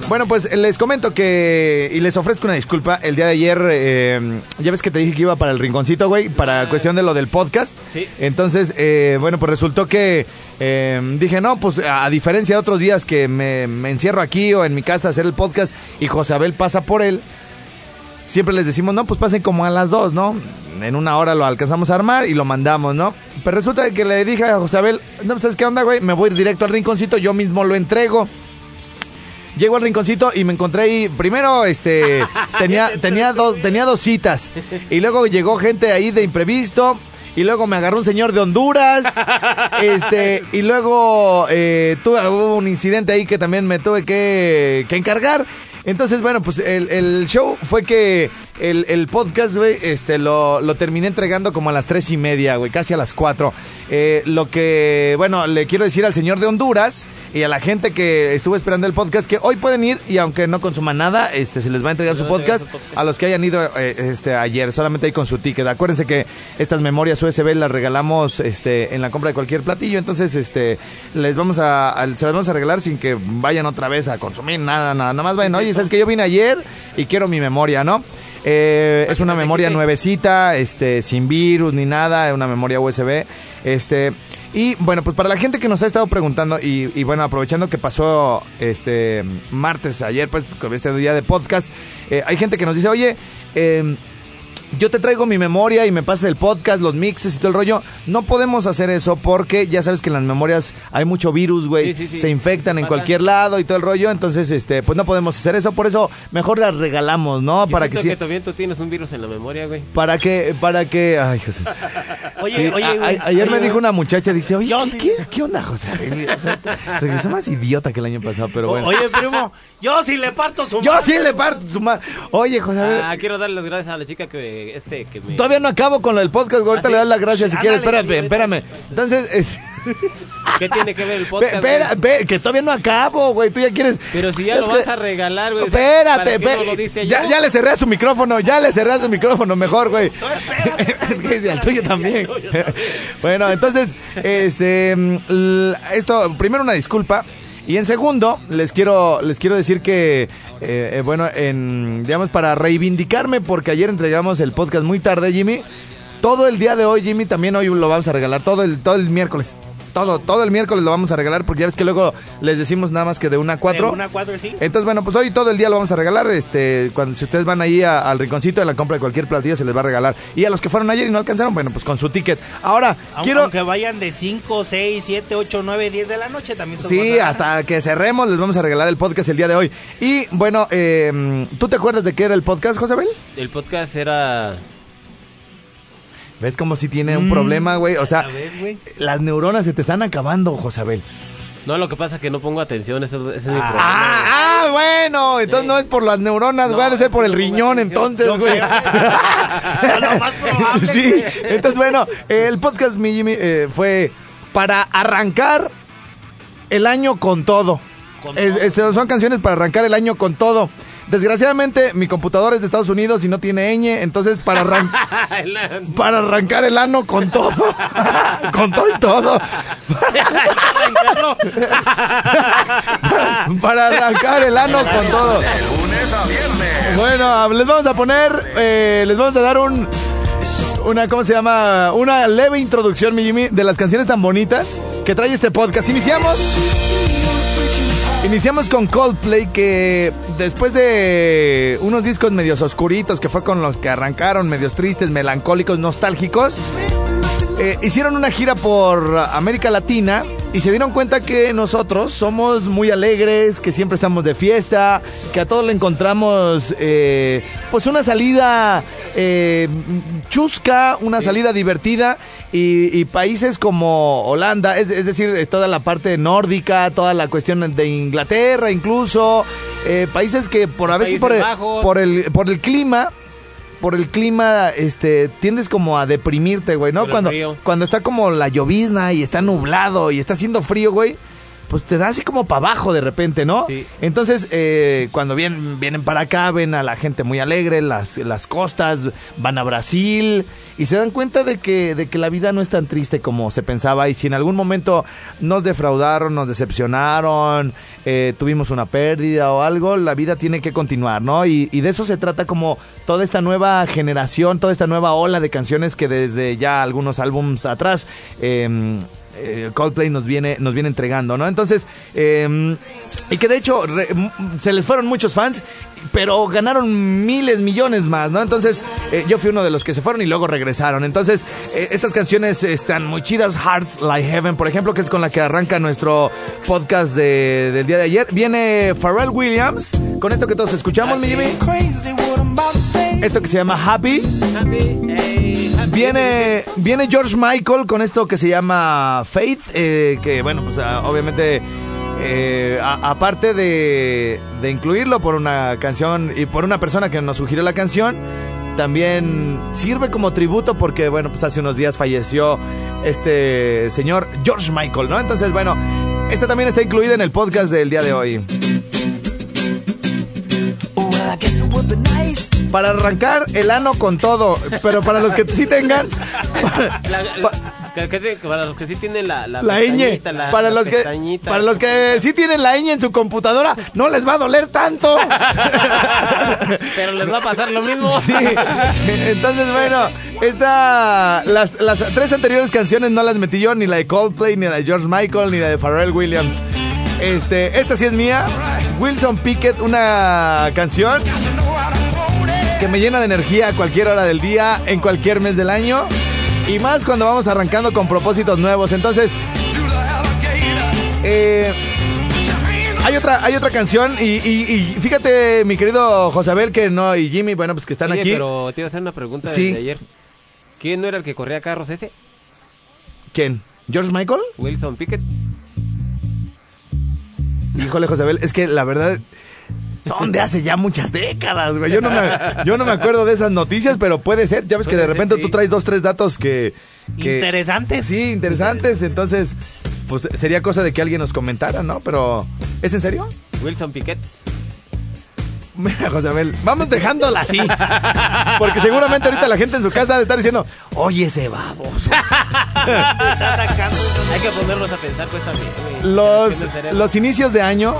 [SPEAKER 2] Bueno, pues les comento que. Y les ofrezco una disculpa. El día de ayer, eh, ya ves que te dije que iba para el rinconcito, güey, para cuestión de lo del podcast.
[SPEAKER 5] Sí.
[SPEAKER 2] Entonces, eh, bueno, pues resultó que. eh, dije, no, pues a a diferencia de otros días que me, me encierro aquí o en mi casa a hacer el podcast y Josabel pasa por él siempre les decimos, no, pues pasen como a las dos, ¿no? En una hora lo alcanzamos a armar y lo mandamos, ¿no? Pero resulta que le dije a Josabel, no, pues, ¿sabes qué onda, güey? Me voy a ir directo al rinconcito, yo mismo lo entrego. Llego al rinconcito y me encontré ahí. Primero, este. tenía, tenía, dos, tenía dos citas. Y luego llegó gente ahí de imprevisto. Y luego me agarró un señor de Honduras. Este. Y luego eh, tuve hubo un incidente ahí que también me tuve que, que encargar. Entonces, bueno, pues el, el show fue que el, el podcast, güey, este, lo, lo terminé entregando como a las tres y media, güey, casi a las cuatro. Eh, lo que, bueno, le quiero decir al señor de Honduras y a la gente que estuvo esperando el podcast que hoy pueden ir y aunque no consuman nada, este, se les va a entregar su podcast a los que hayan ido eh, este, ayer, solamente ahí con su ticket. Acuérdense que estas memorias USB las regalamos este, en la compra de cualquier platillo, entonces este, les vamos a, a- se las vamos a regalar sin que vayan otra vez a consumir nada, nada, nada más vayan, oye, sabes que yo vine ayer y quiero mi memoria, ¿no? Eh, es una memoria nuevecita, este, sin virus ni nada, es una memoria USB. Este, y bueno, pues para la gente que nos ha estado preguntando, y, y bueno, aprovechando que pasó este martes ayer, pues, con este día de podcast, eh, hay gente que nos dice, oye, eh, yo te traigo mi memoria y me pasas el podcast, los mixes y todo el rollo. No podemos hacer eso porque ya sabes que en las memorias hay mucho virus, güey.
[SPEAKER 5] Sí, sí, sí.
[SPEAKER 2] Se infectan en
[SPEAKER 5] Mala.
[SPEAKER 2] cualquier lado y todo el rollo. Entonces, este, pues no podemos hacer eso. Por eso, mejor las regalamos, ¿no?
[SPEAKER 5] Yo
[SPEAKER 2] Para que,
[SPEAKER 5] siento
[SPEAKER 2] sí-
[SPEAKER 5] que también tú tienes un virus en la memoria, güey.
[SPEAKER 2] para que, para que, ay, José.
[SPEAKER 4] Oye,
[SPEAKER 2] Sí,
[SPEAKER 4] oye,
[SPEAKER 2] a-
[SPEAKER 4] güey.
[SPEAKER 2] a- ayer me
[SPEAKER 4] Oye,
[SPEAKER 2] dijo una muchacha, dice, oye,
[SPEAKER 4] Yo
[SPEAKER 2] ¿qué,
[SPEAKER 4] sí.
[SPEAKER 2] qué- qué onda, José? O sea, te- regresó más idiota que el año pasado, pero bueno.
[SPEAKER 4] Oye, primo, yo si le parto su
[SPEAKER 2] Yo
[SPEAKER 4] madre.
[SPEAKER 2] sí le parto su madre. Oye, José,
[SPEAKER 5] Ah, quiero darle las gracias a la chica que este que me
[SPEAKER 2] todavía no acabo con el podcast, güey, ahorita
[SPEAKER 4] Ah, sí.
[SPEAKER 2] le das las gracias si
[SPEAKER 4] Ándale,
[SPEAKER 2] quieres. Espérame,
[SPEAKER 4] ándale,
[SPEAKER 2] espérame. Entonces, es-
[SPEAKER 5] ¿Qué tiene que ver el
[SPEAKER 2] Ve-
[SPEAKER 5] podcast?
[SPEAKER 2] espera,
[SPEAKER 5] güey?
[SPEAKER 2] ve, que todavía no acabo, güey. Tú ya quieres.
[SPEAKER 5] Pero si ya
[SPEAKER 2] Es
[SPEAKER 5] lo
[SPEAKER 2] que-
[SPEAKER 5] vas a regalar, güey. o sea,
[SPEAKER 2] Espérate,
[SPEAKER 5] ¿para qué
[SPEAKER 2] ve-
[SPEAKER 5] no lo diste
[SPEAKER 2] ya,
[SPEAKER 5] ayer?
[SPEAKER 2] ya le cerré a su micrófono, ya le cerré a su micrófono, mejor, güey. Y al tuyo también. bueno, entonces, este, mm, l- esto, primero una disculpa. Y en segundo, les quiero, les quiero decir que, eh, eh, bueno, en, digamos, para reivindicarme, porque ayer entregamos el podcast muy tarde, Jimmy. Todo el día de hoy, Jimmy, también hoy lo vamos a regalar, todo el, todo el miércoles. Todo, todo el miércoles lo vamos a regalar, porque ya ves que luego les decimos nada más que de una a cuatro.
[SPEAKER 4] De Una cuatro, sí.
[SPEAKER 2] Entonces, bueno, pues hoy todo el día lo vamos a regalar. Este, cuando si ustedes van ahí a- al rinconcito de la compra de cualquier platillo se les va a regalar. Y a los que fueron ayer y no alcanzaron, bueno, pues con su ticket. Ahora,
[SPEAKER 4] Aun-
[SPEAKER 2] quiero
[SPEAKER 4] Aunque vayan de 5, 6, 7, 8, 9, 10 de la noche también. se
[SPEAKER 2] Sí,
[SPEAKER 4] guardan.
[SPEAKER 2] hasta que cerremos les vamos a regalar el podcast el día de hoy. Y bueno, eh, ¿tú te acuerdas de qué era el podcast, Josabel?
[SPEAKER 5] El podcast era
[SPEAKER 2] ¿Ves como si tiene
[SPEAKER 5] Mm,
[SPEAKER 2] un problema, güey? O sea,
[SPEAKER 4] Ya ves, Mm, güey.
[SPEAKER 2] las neuronas se te están acabando, Josabel.
[SPEAKER 5] No, lo que pasa es que no pongo atención, ese, ese es mi problema.
[SPEAKER 2] Ah, ah, bueno, entonces
[SPEAKER 5] Sí.
[SPEAKER 2] no es por las neuronas,
[SPEAKER 5] No,
[SPEAKER 2] güey, ha de ser
[SPEAKER 5] es
[SPEAKER 2] por el
[SPEAKER 5] que no
[SPEAKER 2] riñón,
[SPEAKER 5] me atención.
[SPEAKER 2] entonces,
[SPEAKER 5] Yo
[SPEAKER 2] güey.
[SPEAKER 4] lo más probable,
[SPEAKER 2] sí,
[SPEAKER 4] güey.
[SPEAKER 2] entonces, bueno, eh, el podcast, mi Jimmy, eh, fue para arrancar el año con todo.
[SPEAKER 4] Con
[SPEAKER 2] Es-
[SPEAKER 4] todo.
[SPEAKER 2] es- son canciones para arrancar el año con todo. Desgraciadamente, mi computadora es de Estados Unidos y no tiene ñ, entonces para arrancar para arrancar el ano con todo. con todo y todo. para, para arrancar el ano con todo.
[SPEAKER 1] De lunes a viernes.
[SPEAKER 2] ah, Bueno, les vamos a poner, eh, les vamos a dar un una, ¿cómo se llama? Una leve introducción, mi Jimmy, de las canciones tan bonitas que trae este podcast. Iniciamos. Iniciamos con Coldplay, que después de unos discos medios oscuritos, que fue con los que arrancaron, medios tristes, melancólicos, nostálgicos, eh, hicieron una gira por América Latina y se dieron cuenta que nosotros somos muy alegres, que siempre estamos de fiesta, que a todos le encontramos eh, pues una salida eh, chusca, una salida divertida y, y países como Holanda, es, es decir, eh, toda la parte nórdica, toda la cuestión de Inglaterra incluso, eh, países que por a veces
[SPEAKER 5] Países
[SPEAKER 2] por el-
[SPEAKER 5] Bajos.
[SPEAKER 2] por el, por el clima por el clima, este, tiendes como a deprimirte, güey, ¿no?
[SPEAKER 5] Por el
[SPEAKER 2] Cuando,
[SPEAKER 5] frío.
[SPEAKER 2] cuando está como la llovizna y está nublado y está haciendo frío, güey, pues te da así como para abajo de repente, ¿no?
[SPEAKER 5] Sí.
[SPEAKER 2] Entonces, eh, cuando vienen, vienen para acá, ven a la gente muy alegre, las, las costas, van a Brasil y se dan cuenta de que, de que la vida no es tan triste como se pensaba y si en algún momento nos defraudaron, nos decepcionaron, eh, tuvimos una pérdida o algo, la vida tiene que continuar, ¿no? Y, y de eso se trata como toda esta nueva generación, toda esta nueva ola de canciones que desde ya algunos álbums atrás... em, eh, Coldplay nos viene, nos viene entregando, ¿no? Entonces, eh, y que de hecho re- m- se les fueron muchos fans, pero ganaron miles, millones más, ¿no? Entonces, eh, yo fui uno de los que se fueron y luego regresaron. Entonces, eh, estas canciones están muy chidas. Hearts Like Heaven, por ejemplo, que es con la que arranca nuestro podcast de- del día de ayer. Viene Pharrell Williams, con esto que todos escuchamos, mi Jimmy. Esto que se llama Happy. Viene, viene George Michael con esto que se llama Faith, eh, que bueno, pues ah, obviamente, eh, a- aparte de, de incluirlo por una canción y por una persona que nos sugirió la canción, también sirve como tributo porque bueno, pues hace unos días falleció este señor George Michael, ¿no? Entonces, bueno, esta también está incluida en el podcast del día de hoy. Para arrancar el ano con todo, pero para los que sí tengan...
[SPEAKER 5] La- la- que- que te- para los que sí tienen la la,
[SPEAKER 2] La ñ.
[SPEAKER 5] pestañita, la-
[SPEAKER 2] para
[SPEAKER 5] la
[SPEAKER 2] los que
[SPEAKER 5] pestañita.
[SPEAKER 2] para los que sí tienen la ñ en su computadora, no les va a doler tanto.
[SPEAKER 5] Pero les va a pasar lo mismo.
[SPEAKER 2] Sí. Entonces, bueno, esta las, las tres anteriores canciones no las metí yo, ni la de Coldplay, ni la de George Michael, ni la de Pharrell Williams. Este, esta sí es mía. Wilson Pickett, una canción que me llena de energía a cualquier hora del día, en cualquier mes del año. Y más cuando vamos arrancando con propósitos nuevos. Entonces, eh, hay otra, hay otra canción y, y- y fíjate, mi querido Josabel, que no, y Jimmy, bueno, pues que están
[SPEAKER 5] Oye,
[SPEAKER 2] aquí.
[SPEAKER 5] Pero te iba a hacer una pregunta
[SPEAKER 2] Sí.
[SPEAKER 5] desde ayer. ¿Quién no era el que corría carros ese?
[SPEAKER 2] ¿Quién? ¿George Michael?
[SPEAKER 5] Wilson Pickett.
[SPEAKER 2] Híjole, Josabel, es que la verdad son de hace ya muchas décadas, güey. Yo no me, yo no me acuerdo de esas noticias, pero puede ser. Ya ves que
[SPEAKER 5] Puede
[SPEAKER 2] de
[SPEAKER 5] ser,
[SPEAKER 2] repente
[SPEAKER 5] sí.
[SPEAKER 2] tú traes dos, tres datos que... que-
[SPEAKER 4] Interesantes.
[SPEAKER 2] Sí, interesantes. Entonces, pues sería cosa de que alguien nos comentara, ¿no? Pero, ¿es en serio?
[SPEAKER 5] Wilson Pickett.
[SPEAKER 2] Mira, Josabel, vamos dejándola así. Porque seguramente ahorita la gente en su casa está diciendo, oye, ese baboso.
[SPEAKER 5] Hay que ponerlos a pensar pues también. güey.
[SPEAKER 2] Los,
[SPEAKER 5] Tiene el cerebro.
[SPEAKER 2] los inicios de año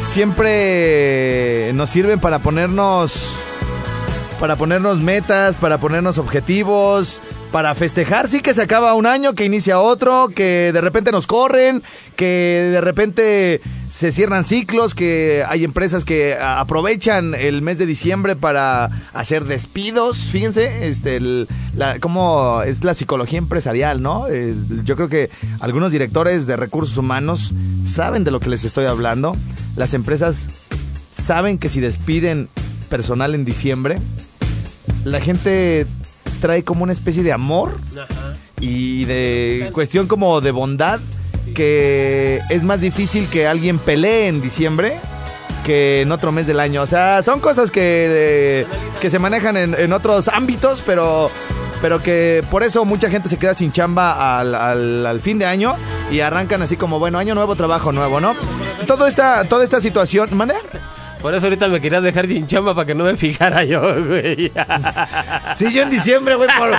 [SPEAKER 2] siempre nos sirven para ponernos para ponernos metas, para ponernos objetivos, para festejar sí que se acaba un año, que inicia otro, que de repente nos corren, que de repente se cierran ciclos, que hay empresas que a- aprovechan el mes de diciembre para hacer despidos. Fíjense, este, el- la, cómo es la psicología empresarial, ¿no? Eh, yo creo que algunos directores de recursos humanos saben de lo que les estoy hablando. Las empresas saben que si despiden personal en diciembre, la gente trae como una especie de amor y de cuestión como de bondad que es más difícil que alguien pelee en diciembre que en otro mes del año. O sea, son cosas que, eh, que se manejan en, en otros ámbitos, pero, pero que por eso mucha gente se queda sin chamba al, al- al fin de año y arrancan así como, bueno, año nuevo, trabajo nuevo, ¿no? Todo esta, toda esta situación... ¿Mande?
[SPEAKER 5] Por eso ahorita me quería dejar sin chamba para que no me fijara yo, güey.
[SPEAKER 2] Sí, yo en diciembre, güey, por,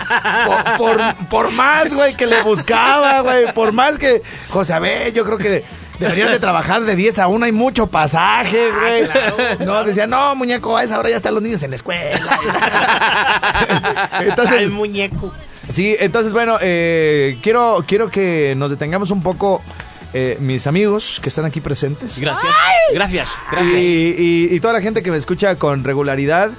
[SPEAKER 2] por, por- por más, güey, que le buscaba, güey, por más que José Abel, yo creo que
[SPEAKER 7] Deberías de trabajar de 10 a 1, hay mucho pasaje, güey. No, decía, no, muñeco, a esa hora ya están los niños en la escuela.
[SPEAKER 2] Entonces-
[SPEAKER 4] Al muñeco.
[SPEAKER 2] Sí, entonces bueno, eh, quiero, quiero que nos detengamos un poco, eh, mis amigos que están aquí presentes.
[SPEAKER 5] Gracias. Gracias. Gracias.
[SPEAKER 2] Y, y- y toda la gente que me escucha con regularidad.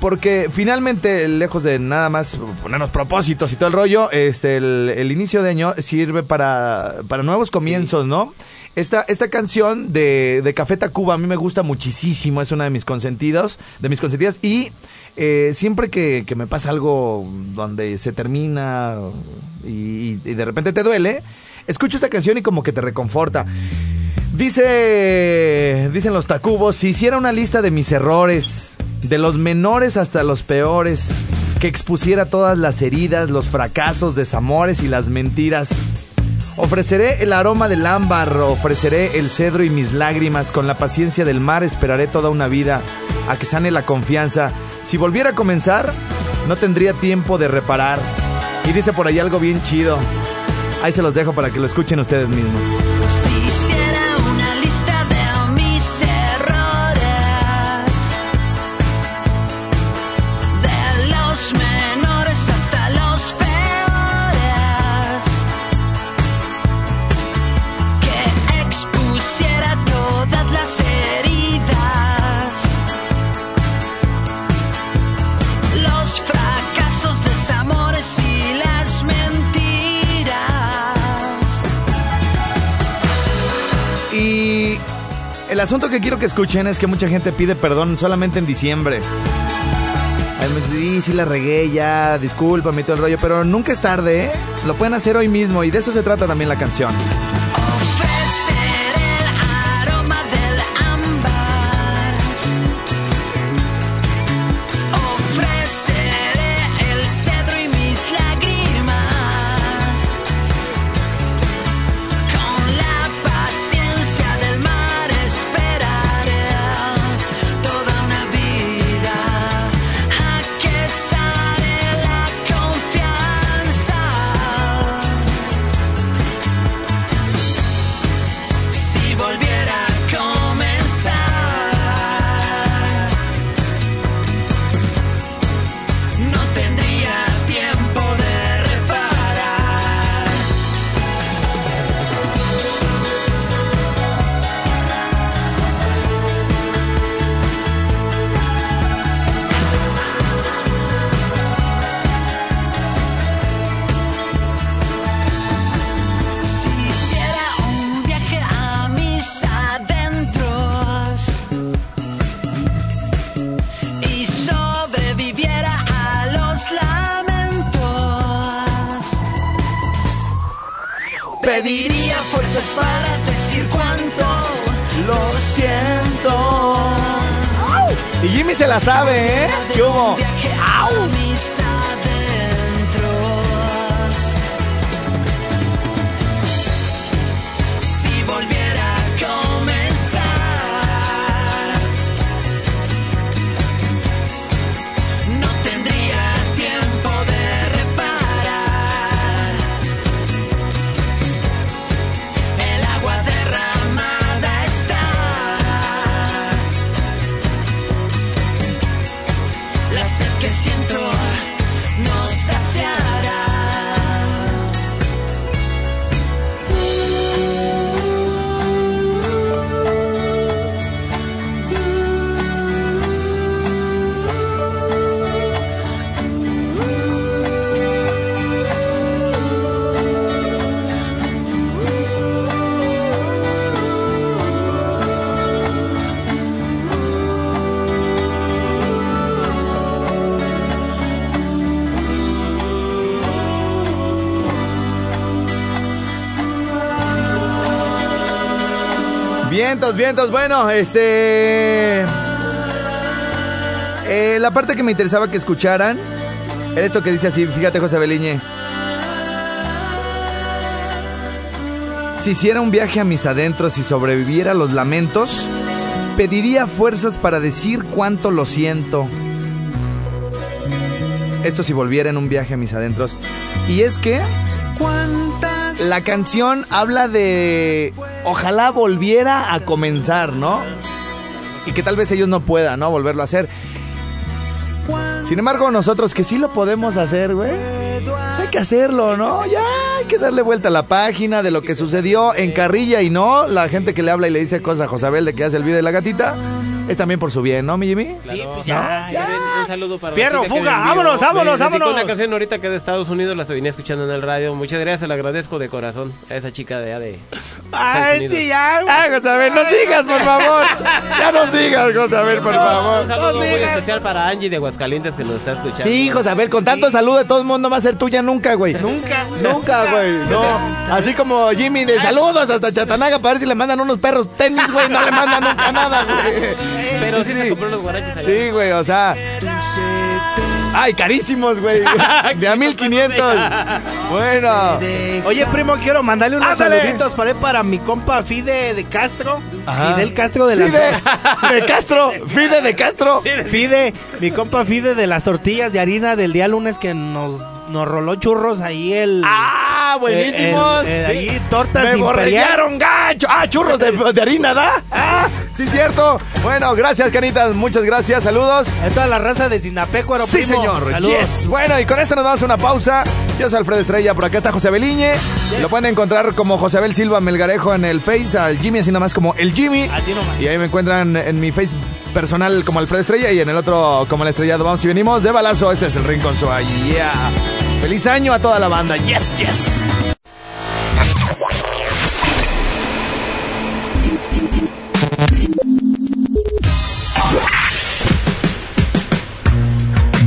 [SPEAKER 2] Porque finalmente, lejos de nada más ponernos propósitos y todo el rollo, este, el, el inicio de año sirve para, para nuevos comienzos, ¿no? Esta, esta canción de, de Café Tacuba a mí me gusta muchísimo, es una de mis consentidos, de mis consentidas, y eh, siempre que, que me pasa algo donde se termina y- y de repente te duele, escucho esta canción y como que te reconforta. Dice, dicen los tacubos, si hiciera una lista de mis errores, de los menores hasta los peores, que expusiera todas las heridas, los fracasos, desamores y las mentiras. Ofreceré el aroma del ámbar, ofreceré el cedro y mis lágrimas, con la paciencia del mar esperaré toda una vida a que sane la confianza. Si volviera a comenzar, no tendría tiempo de reparar. Y dice por ahí algo bien chido. Ahí se los dejo para que lo escuchen ustedes mismos.
[SPEAKER 13] Si hiciera una lista de mis errores, de los menores hasta los peores, que expusiera todas las heridas, los fracasos, desamores y las mentiras.
[SPEAKER 2] Y el asunto que quiero que escuchen es que mucha gente pide perdón solamente en diciembre. Ay, me dice, "Sí, sí la regué ya, discúlpame y todo el rollo, pero nunca es tarde, ¿eh? Lo pueden hacer hoy mismo y de eso se trata también la canción.
[SPEAKER 13] Ofrecer el aroma del ámbar. Ofreceré el cedro y mis lágrimas. Con la paciencia del mar esperaré toda una vida a que sale la confianza. Si volviera a comenzar, no tendría tiempo de reparar. Si hiciera un viaje a mis adentros y sobreviviera a los lamentos, pediría fuerzas para decir cuánto lo siento.
[SPEAKER 2] Y Jimmy se la sabe, ¿eh? ¿Qué hubo?
[SPEAKER 13] Viaje a mis adentros. Si volviera a comenzar, no tendría tiempo de reparar. El agua derramada está. La sed que siento no saciará.
[SPEAKER 2] Vientos, vientos. Bueno, este. eh, la parte que me interesaba que escucharan era esto que dice así. Fíjate, José Beliñe. Si hiciera un viaje a mis adentros y sobreviviera a los lamentos, pediría fuerzas para decir cuánto lo siento. Esto si volviera en un viaje a mis adentros. Y es que.
[SPEAKER 13] ¿Cuántas
[SPEAKER 2] La canción habla de ojalá volviera a comenzar, ¿no? Y que tal vez ellos no puedan, ¿no? Volverlo a hacer. Sin embargo, nosotros que sí lo podemos hacer, güey. pues hay que hacerlo, ¿no? Ya hay que darle vuelta a la página de lo que sucedió en Carrilla y no. La gente que le habla y le dice cosas a Josabel de que hace el video de la gatita. Es también por su bien, ¿no, mi Jimmy?
[SPEAKER 5] Sí, pues ya, Un, un saludo para
[SPEAKER 4] Fierro,
[SPEAKER 5] la chica que
[SPEAKER 4] fuga,
[SPEAKER 5] me envió-
[SPEAKER 4] vámonos,
[SPEAKER 5] me
[SPEAKER 4] vámonos,
[SPEAKER 5] dedicó
[SPEAKER 4] vámonos.
[SPEAKER 5] una canción ahorita que es de Estados Unidos, la venía escuchando en el radio. Muchas gracias, se la agradezco de corazón a esa chica de AD.
[SPEAKER 4] Ay, sí, ya.
[SPEAKER 2] Ay, Josabel, no sigas, por favor. Ya no sigas, Josabel, por favor.
[SPEAKER 5] Un saludo muy especial para Angie de Aguascalientes que nos está escuchando.
[SPEAKER 2] Sí, Josabel, con tanto saludo de todo el mundo va a ser tuya nunca, güey.
[SPEAKER 4] Nunca, güey.
[SPEAKER 2] Nunca, güey. No. Así como Jimmy de saludos hasta Chatanaga para ver si le mandan unos perros tenis, güey. No le mandan nunca nada, güey.
[SPEAKER 5] Pero sí, se compró los guaraches allá.
[SPEAKER 2] Sí, güey, o sea. Ay, carísimos, güey. De a 1500. Bueno.
[SPEAKER 4] Oye, primo, quiero mandarle unos
[SPEAKER 2] Ándale.
[SPEAKER 4] saluditos para, para mi compa Fide de Castro.
[SPEAKER 2] Ajá.
[SPEAKER 4] Fidel Castro de la
[SPEAKER 2] Fide de Castro. Fide de Castro.
[SPEAKER 4] Fide, mi compa Fide de las tortillas de harina del día lunes que nos, nos roló churros ahí el.
[SPEAKER 2] Ah, buenísimos.
[SPEAKER 4] el- el- ahí tortas
[SPEAKER 2] Me
[SPEAKER 4] sin pelear.
[SPEAKER 2] borrellaron, gacho. Ah, churros de, de harina, ¿da? Ah, sí, cierto. Bueno, gracias, canitas. Muchas gracias. Saludos.
[SPEAKER 4] A toda la raza de Sinapecuaro,
[SPEAKER 2] Sí,
[SPEAKER 4] primo.
[SPEAKER 2] señor.
[SPEAKER 4] Saludos.
[SPEAKER 2] Yes. Bueno, y con esto nos damos una pausa. Yo soy Alfredo Estrella, por acá está José Beliñe. Lo pueden encontrar como José Abel Silva Melgarejo en el Face, al Jimmy, así nomás como el Jimmy.
[SPEAKER 4] Así nomás.
[SPEAKER 2] Y ahí me encuentran en mi Face personal como Alfredo Estrella y en el otro como el estrellado. Vamos y venimos de balazo. Este es el Rincón Suárez. Yeah. Feliz año a toda la banda. Yes, yes.